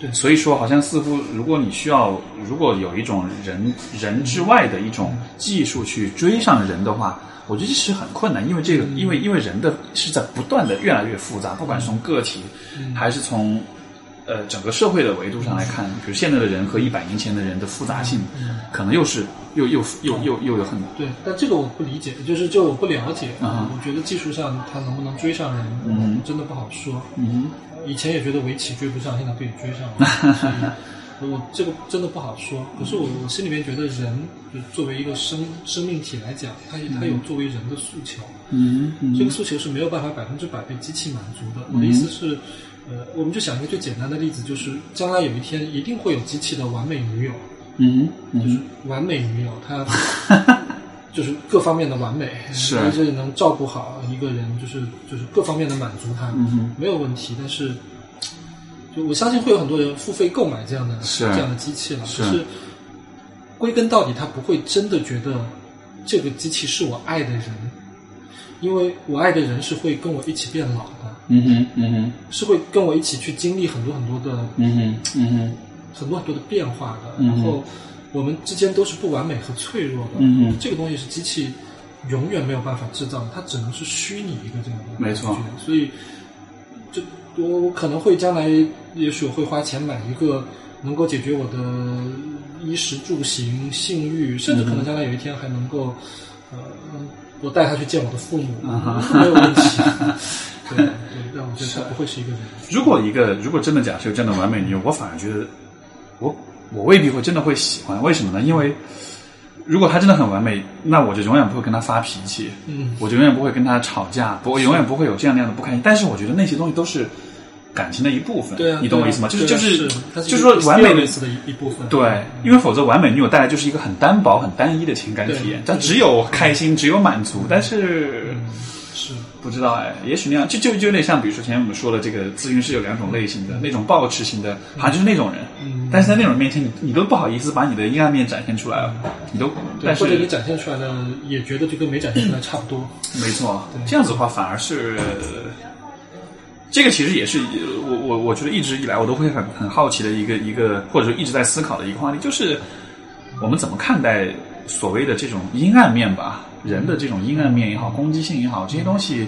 S2: 对
S1: 所以说好像似乎，如果你需要，如果有一种人人之外的一种技术去追上人的话，我觉得是很困难，因为这个，因为因为人的是在不断的越来越复杂，不管是从个体，
S2: 嗯
S1: 还是从呃整个社会的维度上来看，比如现在的人和一百年前的人的复杂性，
S2: 嗯
S1: 可能又是又又又又又有很
S2: 对，但这个我不理解，就是就我不了解。
S1: 啊
S2: 我觉得技术上它能不能追上人，
S1: 嗯
S2: 真的不好说。
S1: 嗯
S2: 以前也觉得围棋追不上，现在被追上了。所以我这个真的不好说，可是我我心里面觉得人，就作为一个生生命体来讲，它它有作为人的诉求，
S1: 嗯
S2: 这
S1: 嗯
S2: 个诉求是没有办法百分之百被机器满足的。我的意思是，呃，我们就想一个最简单的例子，就是将来有一天一定会有机器的完美女友，
S1: 嗯
S2: 就是
S1: 嗯
S2: 完美女友， 她就是各方面的完美，
S1: 是
S2: 而且能照顾好一个人，就是就是各方面的满足她，
S1: 嗯
S2: 没有问题。但是，就我相信会有很多人付费购买这样的
S1: 是
S2: 这样的机器了，
S1: 是
S2: 可是归根到底，他不会真的觉得这个机器是我爱的人，因为我爱的人是会跟我一起变老的，
S1: 嗯哼嗯哼
S2: 是会跟我一起去经历很多很多的
S1: 嗯哼嗯哼
S2: 很多很多的变化的，
S1: 嗯
S2: 然后我们之间都是不完美和脆弱的。
S1: 嗯哼
S2: 这个东西是机器永远没有办法制造的，它只能是虚拟一个这样的
S1: 没错
S2: 感觉所以，就我我可能会将来，也许我会花钱买一个能够解决我的衣食住行、性欲，甚至可能将来有一天还能够，呃，我带他去见我的父母，没有问题。对对，但我觉得他不会是一个人。
S1: 如果一个如果真的假设有这样的完美女友，我反而觉得我我未必会真的会喜欢，为什么呢？因为如果她真的很完美，那我就永远不会跟她发脾气，
S2: 嗯，
S1: 我就永远不会跟她吵架，不，我永远不会有这样那样的不开心。但是我觉得那些东西都是感情的一部分，
S2: 对啊，
S1: 你懂我
S2: 对啊
S1: 意思吗？就是
S2: 对
S1: 就
S2: 啊
S1: 是
S2: 是
S1: 就是说完美的
S2: 类似的一一部分。
S1: 对，因为否则完美女友带来就是一个很单薄、很单一的情感体验
S2: 对，
S1: 它只有开心，只有满足，但是
S2: 嗯，是
S1: 不知道哎，也许那样就就就有点像，比如说前面我们说的这个咨询师有两种类型的，那种暴持型的，好像就是那种人，
S2: 嗯
S1: 但是在那种人面前，你你都不好意思把你的阴暗面展现出来了，哦你都，
S2: 对，
S1: 但是
S2: 或者你展现出来的也觉得就跟没展现出来差不多。
S1: 没错，这样子的话反而是。这个其实也是我我我觉得一直以来我都会很很好奇的一个一个，或者说一直在思考的一个话题，就是我们怎么看待所谓的这种阴暗面吧？人的这种阴暗面也好，攻击性也好，这些东西，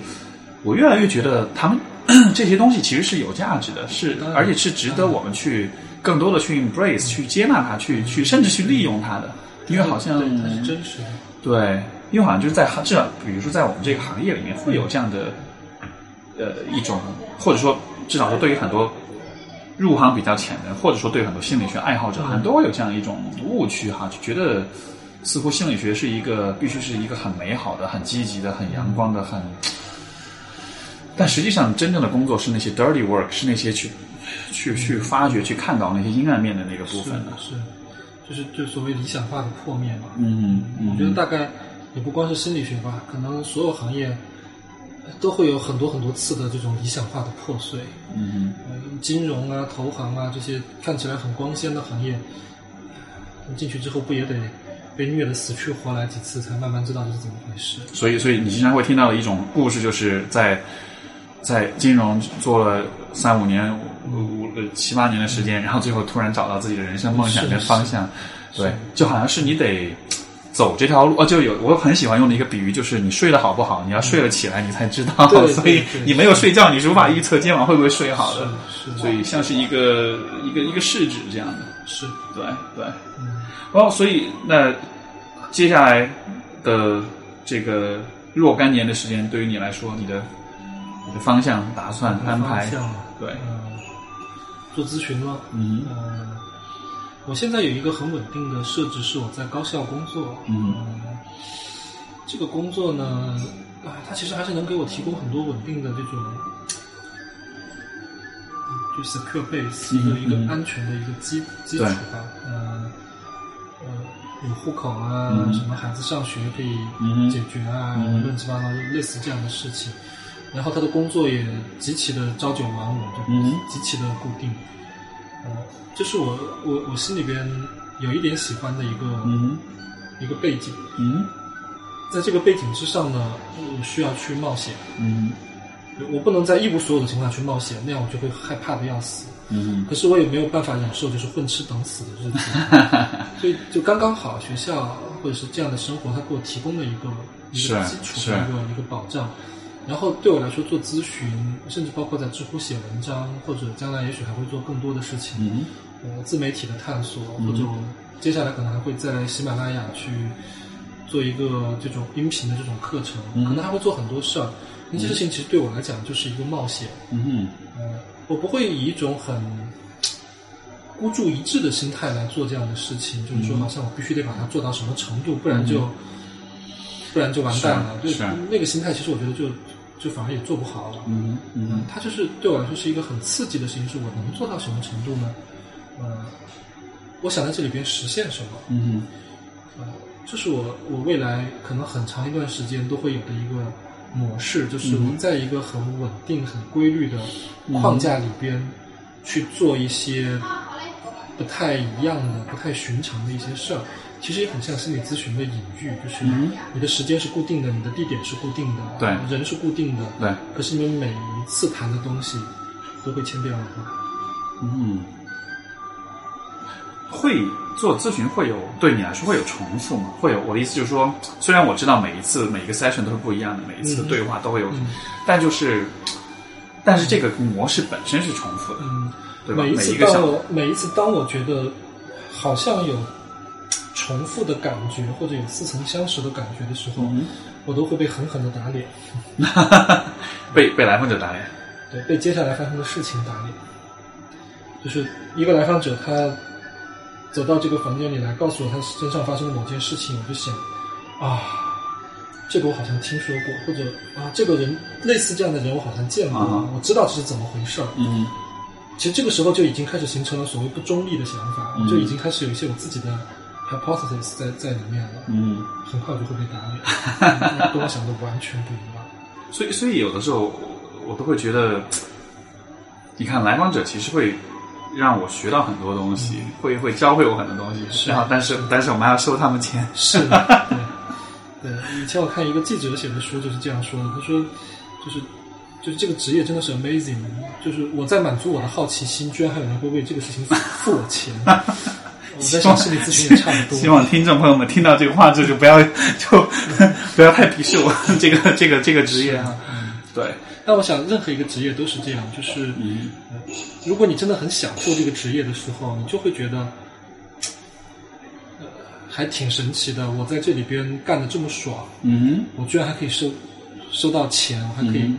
S1: 我越来越觉得他们 这些东西其实是有价值的，是
S2: 当然
S1: 而且是值得我们去更多的去 embrace、去接纳它、去去甚至去利用它的，因为好像
S2: 对，它是真实的。
S1: 对，因为好像就是在行至少，比如说在我们这个行业里面，会有这样的呃一种，或者说至少说对于很多入行比较浅的，或者说对很多心理学爱好者，好像都会有这样一种误区哈，就觉得似乎心理学是一个必须是一个很美好的、很积极的、很阳光的、很。但实际上，真正的工作是那些 dirty work，是那些去去去发掘、去看到那些阴暗面的那个部分的。
S2: 是，就是就所谓理想化的破灭嘛。
S1: 嗯
S2: 我觉得
S1: 嗯
S2: 大概也不光是心理学吧，可能所有行业都会有很多很多次的这种理想化的破碎。
S1: 嗯
S2: 呃金融啊、投行啊这些看起来很光鲜的行业，你进去之后不也得被虐的死去活来几次，才慢慢知道这是怎么回事？
S1: 所以，所以你经常会听到的一种故事，就是在在金融做了三五年、五五七八年的时间，然后最后突然找到自己的人生梦想
S2: 是
S1: 跟方向，
S2: 是
S1: 对，就好像是你得走这条路哦。就有我很喜欢用的一个比喻，就是你睡得好不好，你要睡了起来，你才知道。
S2: 对对
S1: 所以
S2: 对
S1: 你没有睡觉，你是无法预测今晚会不会睡好的。
S2: 是
S1: 所以像是一个一个一个试纸这样的，
S2: 是，
S1: 对对。
S2: 嗯，
S1: 然后，所以那接下来的这个若干年的时间，对于你来说，你的你的方向、打算、安排
S2: 方，向
S1: 对，
S2: 嗯，做咨询吗？
S1: 嗯
S2: 嗯，我现在有一个很稳定的设置，是我在高校工作。呃
S1: 嗯
S2: 这个工作呢，啊，它其实还是能给我提供很多稳定的这种，嗯就 secure base 一个、
S1: 嗯
S2: 一
S1: 嗯
S2: 个安全的一个基基础吧。嗯、嗯，有户口啊，
S1: 嗯
S2: 什么孩子上学可以
S1: 嗯
S2: 解决啊，
S1: 嗯
S2: 乱七八糟类似这样的事情。然后他的工作也极其的朝九晚五，就
S1: 嗯
S2: 极其的固定。嗯，这是我我我心里边有一点喜欢的一个、
S1: 嗯
S2: 一个背景。
S1: 嗯
S2: 在这个背景之上呢，我需要去冒险，
S1: 嗯
S2: 我不能在一无所有的情况下去冒险，那样我就会害怕的要死。
S1: 嗯
S2: 可是我也没有办法忍受就是混吃等死的 日子，所以就刚刚好，学校或者是这样的生活，它给我提供了一个一个
S1: 是
S2: 基础
S1: 是
S2: 的一个一个保障。然后对我来说，做咨询，甚至包括在知乎写文章，或者将来也许还会做更多的事情，
S1: 嗯
S2: 呃自媒体的探索，
S1: 嗯
S2: 或者我接下来可能还会再来喜马拉雅去做一个这种音频的这种课程，
S1: 嗯
S2: 可能还会做很多事儿。那这些事情其实对我来讲就是一个冒险，
S1: 嗯
S2: 呃，我不会以一种很孤注一掷的心态来做这样的事情，就是说
S1: 嗯
S2: 好像我必须得把它做到什么程度，不然就、不然就完蛋了。
S1: 是是
S2: 就那个心态，其实我觉得就就反而也做不好了。
S1: 嗯嗯
S2: 它就是对我来说是一个很刺激的事情，是我能做到什么程度呢？呃，我想在这里边实现什么？
S1: 嗯
S2: 呃，这是我我未来可能很长一段时间都会有的一个模式，就是
S1: 嗯
S2: 我在一个很稳定、很规律的框架里边去做一些不太一样的、不太寻常的一些事儿。其实也很像心理咨询的隐喻，就是
S1: 嗯
S2: 你的时间是固定的，你的地点是固定的，
S1: 对
S2: 人是固定的，
S1: 对，
S2: 可是你们每一次谈的东西都会千变万化。
S1: 嗯，会做咨询会有对你来说会有重复吗？会有，我的意思就是说，虽然我知道每一次每一个 session 都是不一样的，每一次的
S2: 嗯
S1: 对话都会有，
S2: 嗯
S1: 但就是但是这个模式本身是重复的。
S2: 嗯，
S1: 对吧？
S2: 每
S1: 每
S2: 一次
S1: 一个
S2: 当
S1: 小
S2: 我每一次当我觉得好像有重复的感觉，或者有似曾相识的感觉的时候，
S1: 嗯
S2: 我都会被狠狠的打脸，
S1: 被被来访者打脸，
S2: 对，被接下来发生的事情打脸。就是一个来访者，他走到这个房间里来，告诉我他身上发生的某件事情，我就想啊，这个我好像听说过，或者啊，这个人类似这样的人我好像见过，
S1: 啊
S2: 我知道这是怎么回事儿。
S1: 嗯
S2: 其实这个时候就已经开始形成了所谓不中立的想法，
S1: 嗯
S2: 就已经开始有一些我自己的 hypothesis 在在里面了，
S1: 嗯，
S2: 很快就会被 打脸，嗯跟我想的完全不一样。
S1: 所以所以有的时候我我都会觉得，你看来访者其实会让我学到很多东西，会会教会我很多东西，
S2: 是
S1: 然后嗯但是但是我们还要收他们钱，
S2: 是的，对，对。以前我看一个记者写的书就是这样说的，他说，就是就是这个职业真的是 amazing，就是我在满足我的好奇心，居然还有人会为这个事情付付 我钱。我在想心理咨询也差不
S1: 希
S2: 多，
S1: 望听众朋友们听到这个话之后，就不要就 不要太鄙视我这个这个这个职业啊。
S2: 嗯
S1: 对，
S2: 但我想任何一个职业都是这样，就是。呃
S1: 嗯
S2: 如果你真的很享受这个职业的时候，你就会觉得，呃，还挺神奇的。我在这里边干的这么爽，
S1: 嗯
S2: 我居然还可以收收到钱，我还可以、
S1: 嗯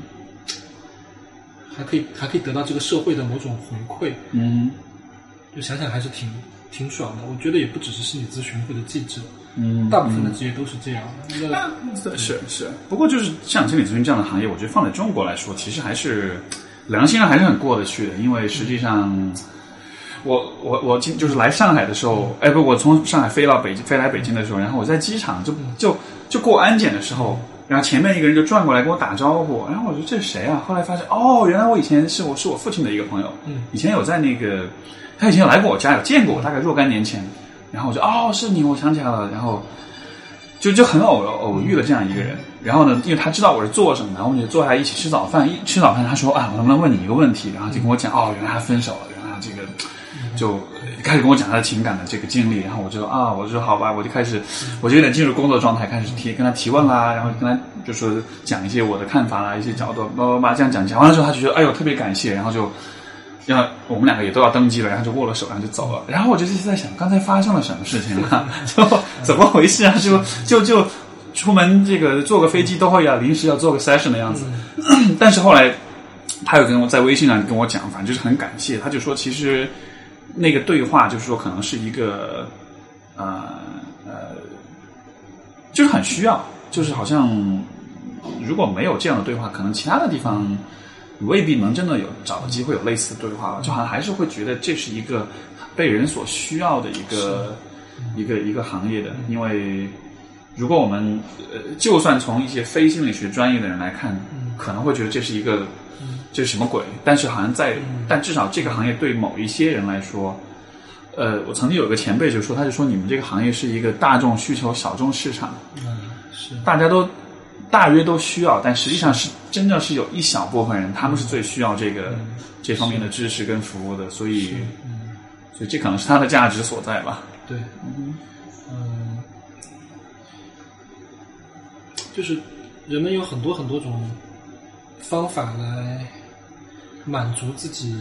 S2: 还可以还可以得到这个社会的某种回馈，
S1: 嗯
S2: 就想想还是挺挺爽的。我觉得也不只是心理咨询或者记者，
S1: 嗯
S2: 大部分的职业都是这样。那
S1: 对，是是，不过就是像心理咨询这样的行业，我觉得放在中国来说，其实还是良心上还是很过得去的，因为实际上。我我我今就是来上海的时候，哎不，我从上海飞到北京，飞来北京的时候，然后我在机场就就就过安检的时候，然后前面一个人就转过来跟我打招呼，然后我说这是谁啊？后来发现哦，原来我以前是我是我父亲的一个朋友，
S2: 嗯
S1: 以前有在那个他以前有来过我家，有见过我，大概若干年前，然后我就哦是你，我想起来了，然后就就很偶偶遇了这样一个人，然后呢，因为他知道我是做什么的，然后我们就坐下来一起吃早饭，一吃早饭他说啊，我能不能问你一个问题？然后就跟我讲哦，原来他分手了，原来他这个就开始跟我讲他的情感的这个经历，然后我就啊，我就说好吧，我就开始我就有点进入工作状态，开始提跟他提问啦，然后跟他就说讲一些我的看法啦，一些角度，叭叭叭这样讲，讲完了之后他就觉得哎呦特别感谢，然后就。要我们两个也都要登机了，然后就握了手，然后就走了。然后我就一直在想，刚才发生了什么事情啊？就怎么回事啊？就就就出门这个坐个飞机都会要临时要做个 session 的样子。 但是后来他有跟我在微信上跟我讲，反正就是很感谢，他就说其实那个对话就是说可能是一个呃呃，就是很需要，就是好像如果没有这样的对话，可能其他的地方。你未必能真的有找到机会有类似的对话吧，就好像还是会觉得这是一个被人所需要的一个一个一个行业的，因为如果我们呃，就算从一些非心理学专业的人来看，可能会觉得这是一个这是什么鬼，但是好像在，但至少这个行业对某一些人来说，呃，我曾经有个前辈就说，他就说你们这个行业是一个大众需求小众市场，
S2: 嗯，是
S1: 大家都大约都需要，但实际上是真正是有一小部分人，他们是最需要这个这方面的知识跟服务的，所以
S2: 嗯，
S1: 所以这可能是它的价值所在吧。
S2: 对，嗯，就是人们有很多很多种方法来满足自己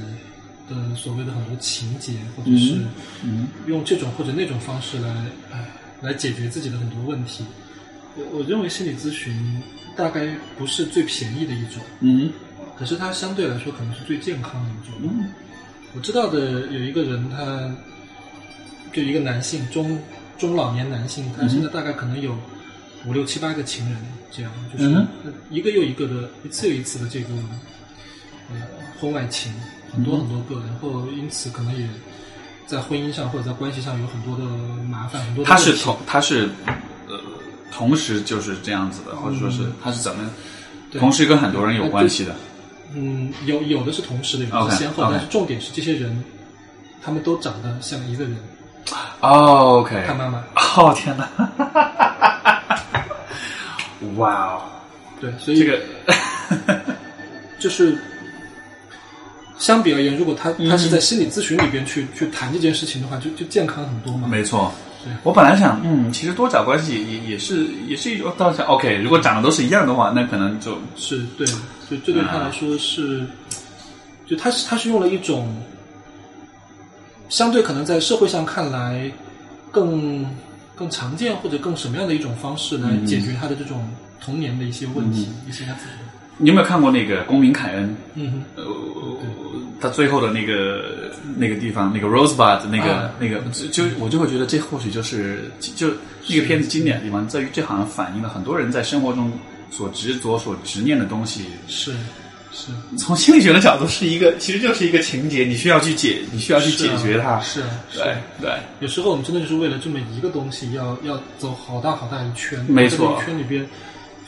S2: 的所谓的很多情节，或者是
S1: 嗯
S2: 用这种或者那种方式来唉来解决自己的很多问题。我我认为心理咨询大概不是最便宜的一种，
S1: 嗯
S2: 可是它相对来说可能是最健康的一种。
S1: 嗯
S2: 我知道的有一个人，他就一个男性，中中老年男性，他现在大概可能有五六七八个情人，这样就是
S1: 嗯
S2: 一个又一个的，一次又一次的这个呃婚外情，很多很多个，然后因此可能也在婚姻上或者在关系上有很多的麻烦，很多的
S1: 他是
S2: 问题
S1: 同他是呃同时就是这样子的，或者说是他是怎么
S2: 对
S1: 同时跟很多人有关系的？
S2: 嗯，有有的是同时的，有的
S1: OK，
S2: 是先后
S1: OK
S2: 但是重点是这些人他们都长得像一个人，
S1: 哦，OK，
S2: 他妈妈。
S1: 哦天哪， 哇哦，
S2: 对，所以
S1: 这个
S2: 就是相比而言，如果他
S1: 嗯
S2: 他是在心理咨询里边去去谈这件事情的话，就就健康很多嘛。
S1: 没错
S2: 对。
S1: 我本来想，嗯，其实多角关系也也也是也是一种，倒想 OK，如果长得都是一样的话，那可能就是
S2: 对，就这对他来
S1: 啊
S2: 说是，就他是他是用了一种相对可能在社会上看来更更常见或者更什么样的一种方式来
S1: 嗯
S2: 解决他的这种童年的一些问题，一些他自己的。
S1: 你有没有看过那个《公民凯恩》？
S2: 嗯哼，
S1: 呃，他最后的那个那个地方，那个 Rosebud 那个、
S2: 啊
S1: 那个，就就我就会觉得这或许就是就那个片子经典的地方在于，这好像反映了很多人在生活中所执着、所执念的东西。
S2: 是是
S1: 从心理学的角度，是一个其实就是一个情节，你需要去解，你需要去
S2: 是
S1: 解
S2: 啊
S1: 决它。
S2: 是啊是啊
S1: 对对，
S2: 有时候我们真的就是为了这么一个东西要，要走好大好大一圈，
S1: 没错
S2: 这个一圈里边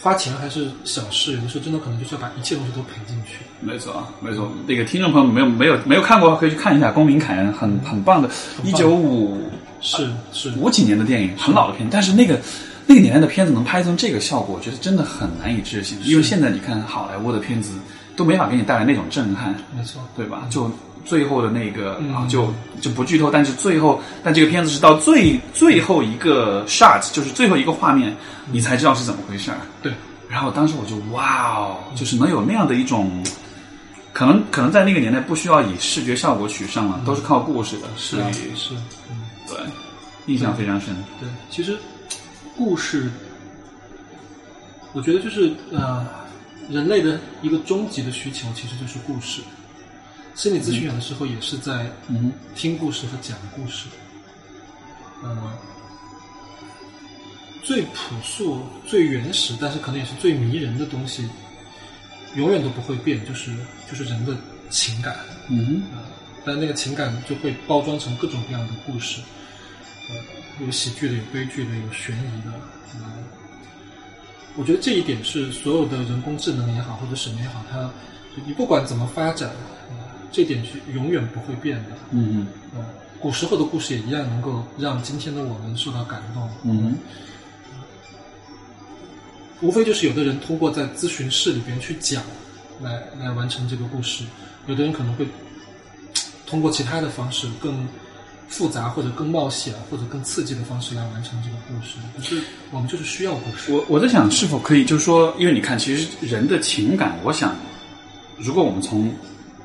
S2: 花钱还是小事，有的时候真的可能就是要把一切东西都赔进去。
S1: 没错，啊没错。那个听众朋友们没有没有没有看过的话，可以去看一下《公民凯恩》，很很棒的，一九五
S2: 是是，
S1: 五几年的电影，很老的片，但是那个那个年代的片子能拍成这个效果，我觉得真的很难以置信。因为现在你看好莱坞的片子都没法给你带来那种震撼，
S2: 没错，
S1: 对吧？就最后的那个、
S2: 嗯
S1: 啊，就就不剧透，但是最后，但这个片子是到最最后一个 shot，就是最后一个画面，你才知道是怎么回事儿。
S2: 对，
S1: 然后当时我就哇哦，就是能有那样的一种，可能可能在那个年代不需要以视觉效果取胜了，都是靠故事的，
S2: 是
S1: 所
S2: 啊
S1: 以
S2: 是，嗯，
S1: 对，印象非常深。
S2: 对，其实故事，我觉得就是呃，人类的一个终极的需求其实就是故事。心理咨询有的时候也是在
S1: 嗯
S2: 听故事和讲故事。嗯，最朴素、最原始，但是可能也是最迷人的东西，永远都不会变，就是就是人的情感。
S1: 嗯
S2: 呃但那个情感就会包装成各种各样的故事，呃，有喜剧的，有悲剧的，有悬疑的。嗯，我觉得这一点是所有的人工智能也好，或者什么也好，它就你不管怎么发展，呃这点是永远不会变的。
S1: 嗯
S2: 嗯，古时候的故事也一样能够让今天的我们受到感动。
S1: 嗯
S2: 无非就是有的人通过在咨询室里边去讲，来来完成这个故事；有的人可能会通过其他的方式，更复杂或者更冒险或者更刺激的方式来完成这个故事。可是我们就是需要故事。
S1: 我我在想，是否可以就是说，因为你看，其实人的情感，我想，如果我们从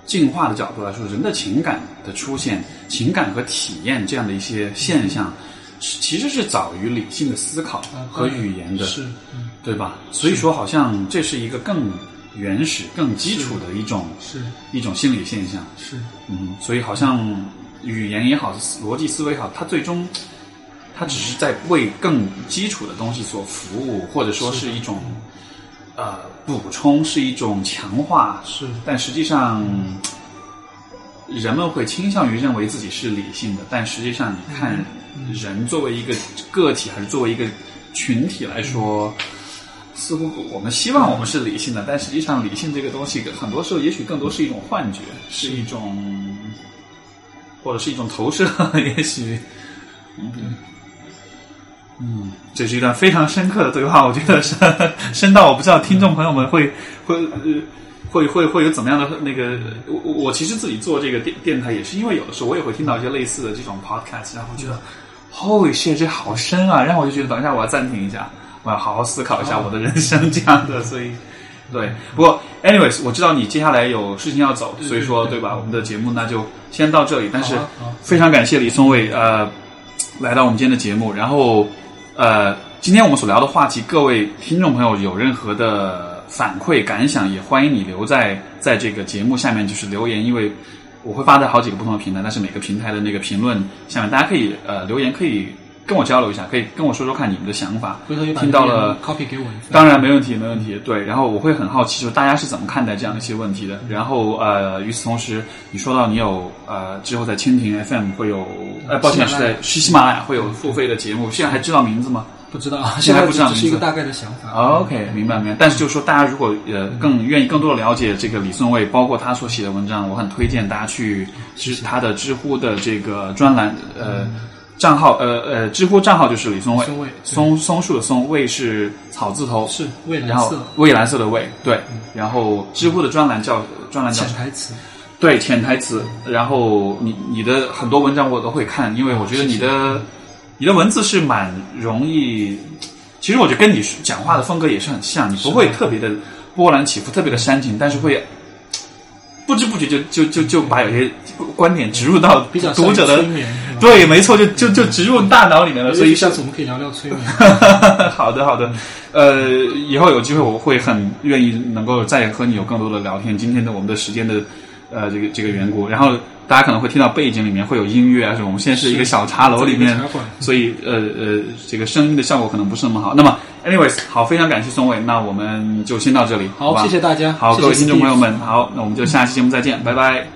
S1: 进化的角度来说，人的情感的出现、情感和体验这样的一些现象，是其实是早于理性的思考
S2: 啊
S1: 和语言的，
S2: 是，嗯，
S1: 对吧？所以说，好像这是一个更原始、更基础的一种
S2: 是
S1: 一种心理现象。
S2: 是，
S1: 嗯，所以好像语言也好，逻辑思维也好，它最终它只是在为更基础的东西所服务，或者说是一种呃补充，是一种强化。
S2: 是
S1: 但实际上，人们会倾向于认为自己是理性的，但实际上，你看人作为一个个体还是作为一个群体来说。似乎我们希望我们是理性的，但实际上理性这个东西，很多时候也许更多是一种幻觉，是一种，或者是一种投射， 也许，嗯，嗯，这是一段非常深刻的对话，我觉得是深到我不知道听众朋友们会会呃会会会有怎么样的那个，我我我其实自己做这个电电台也是因为有的时候我也会听到一些类似的这种 podcast，然后我觉
S2: 嗯
S1: 得 holy shit 这好深啊，然后我就觉得等一下我要暂停一下，我要好好思考一下我的人生这样的，所以。对，不过，anyways，我知道你接下来有事情要走，所以说，
S2: 对
S1: 对吧？我们的节目那就先到这里，但是
S2: 好啊好啊
S1: 非常感谢李松伟呃来到我们今天的节目。然后呃，今天我们所聊的话题，各位听众朋友有任何的反馈感想，也欢迎你留在在这个节目下面就是留言，因为我会发在好几个不同的平台，但是每个平台的那个评论下面，大家可以呃留言，可以跟我交流一下，可以跟我说说看你们的想法。
S2: 回头也把
S1: 听到
S2: 这个
S1: 了
S2: copy 给我一份。
S1: 当然没问题，没问题。对，然后我会很好奇，就是大家是怎么看待这样的一些问题的。然后呃，与此同时，你说到你有呃之后在蜻蜓 FM 会有，呃，抱歉是
S2: 喜马拉雅
S1: 在喜喜马拉雅会有付费的节目，现在还知道名字吗？
S2: 不知道啊，
S1: 现在不知 道
S2: 只是一
S1: 名字
S2: 个大概的想法。
S1: OK，明白明白。但是就是说，大家如果呃更愿意更多的了解这个李松蔚，包括他所写的文章，我很推荐大家去知他的知乎的这个专栏呃账号呃呃知乎账号就是李松蔚，
S2: 松蔚对
S1: 松松树的松，蔚是草字头，
S2: 是蔚蓝
S1: 然后
S2: 色嗯
S1: 蔚蓝色的蔚，对。然后知乎的专栏叫专栏叫
S2: 潜台词。
S1: 对潜台词，然后你你的很多文章我都会看，因为我觉得你的你的文字是蛮容易，其实我觉得跟你讲话的风格也是很像，你不会特别的波澜起伏，特别的煽情，但是会不知不觉就就就就把有些观点植入到
S2: 比较像
S1: 读者的
S2: 催眠是吧
S1: 对，没错，就就就植入大脑里面了，所以
S2: 下次我们可以聊聊 催眠。
S1: 好的，好的。呃，以后有机会我会很愿意能够再和你有更多的聊天。今天的我们的时间的呃这个这个缘故，然后大家可能会听到背景里面会有音乐啊什么。我们现在是一个小茶楼里面
S2: 在一个茶馆，
S1: 所以呃呃这个声音的效果可能不是那么好。那么，anyways，好，非常感谢宋伟，那我们就先到这里，好
S2: 好，
S1: 吧
S2: 谢谢大家，
S1: 好，
S2: 谢谢
S1: 各位听众
S2: Steve
S1: 朋友们，好，那我们就下期节目再见，拜拜。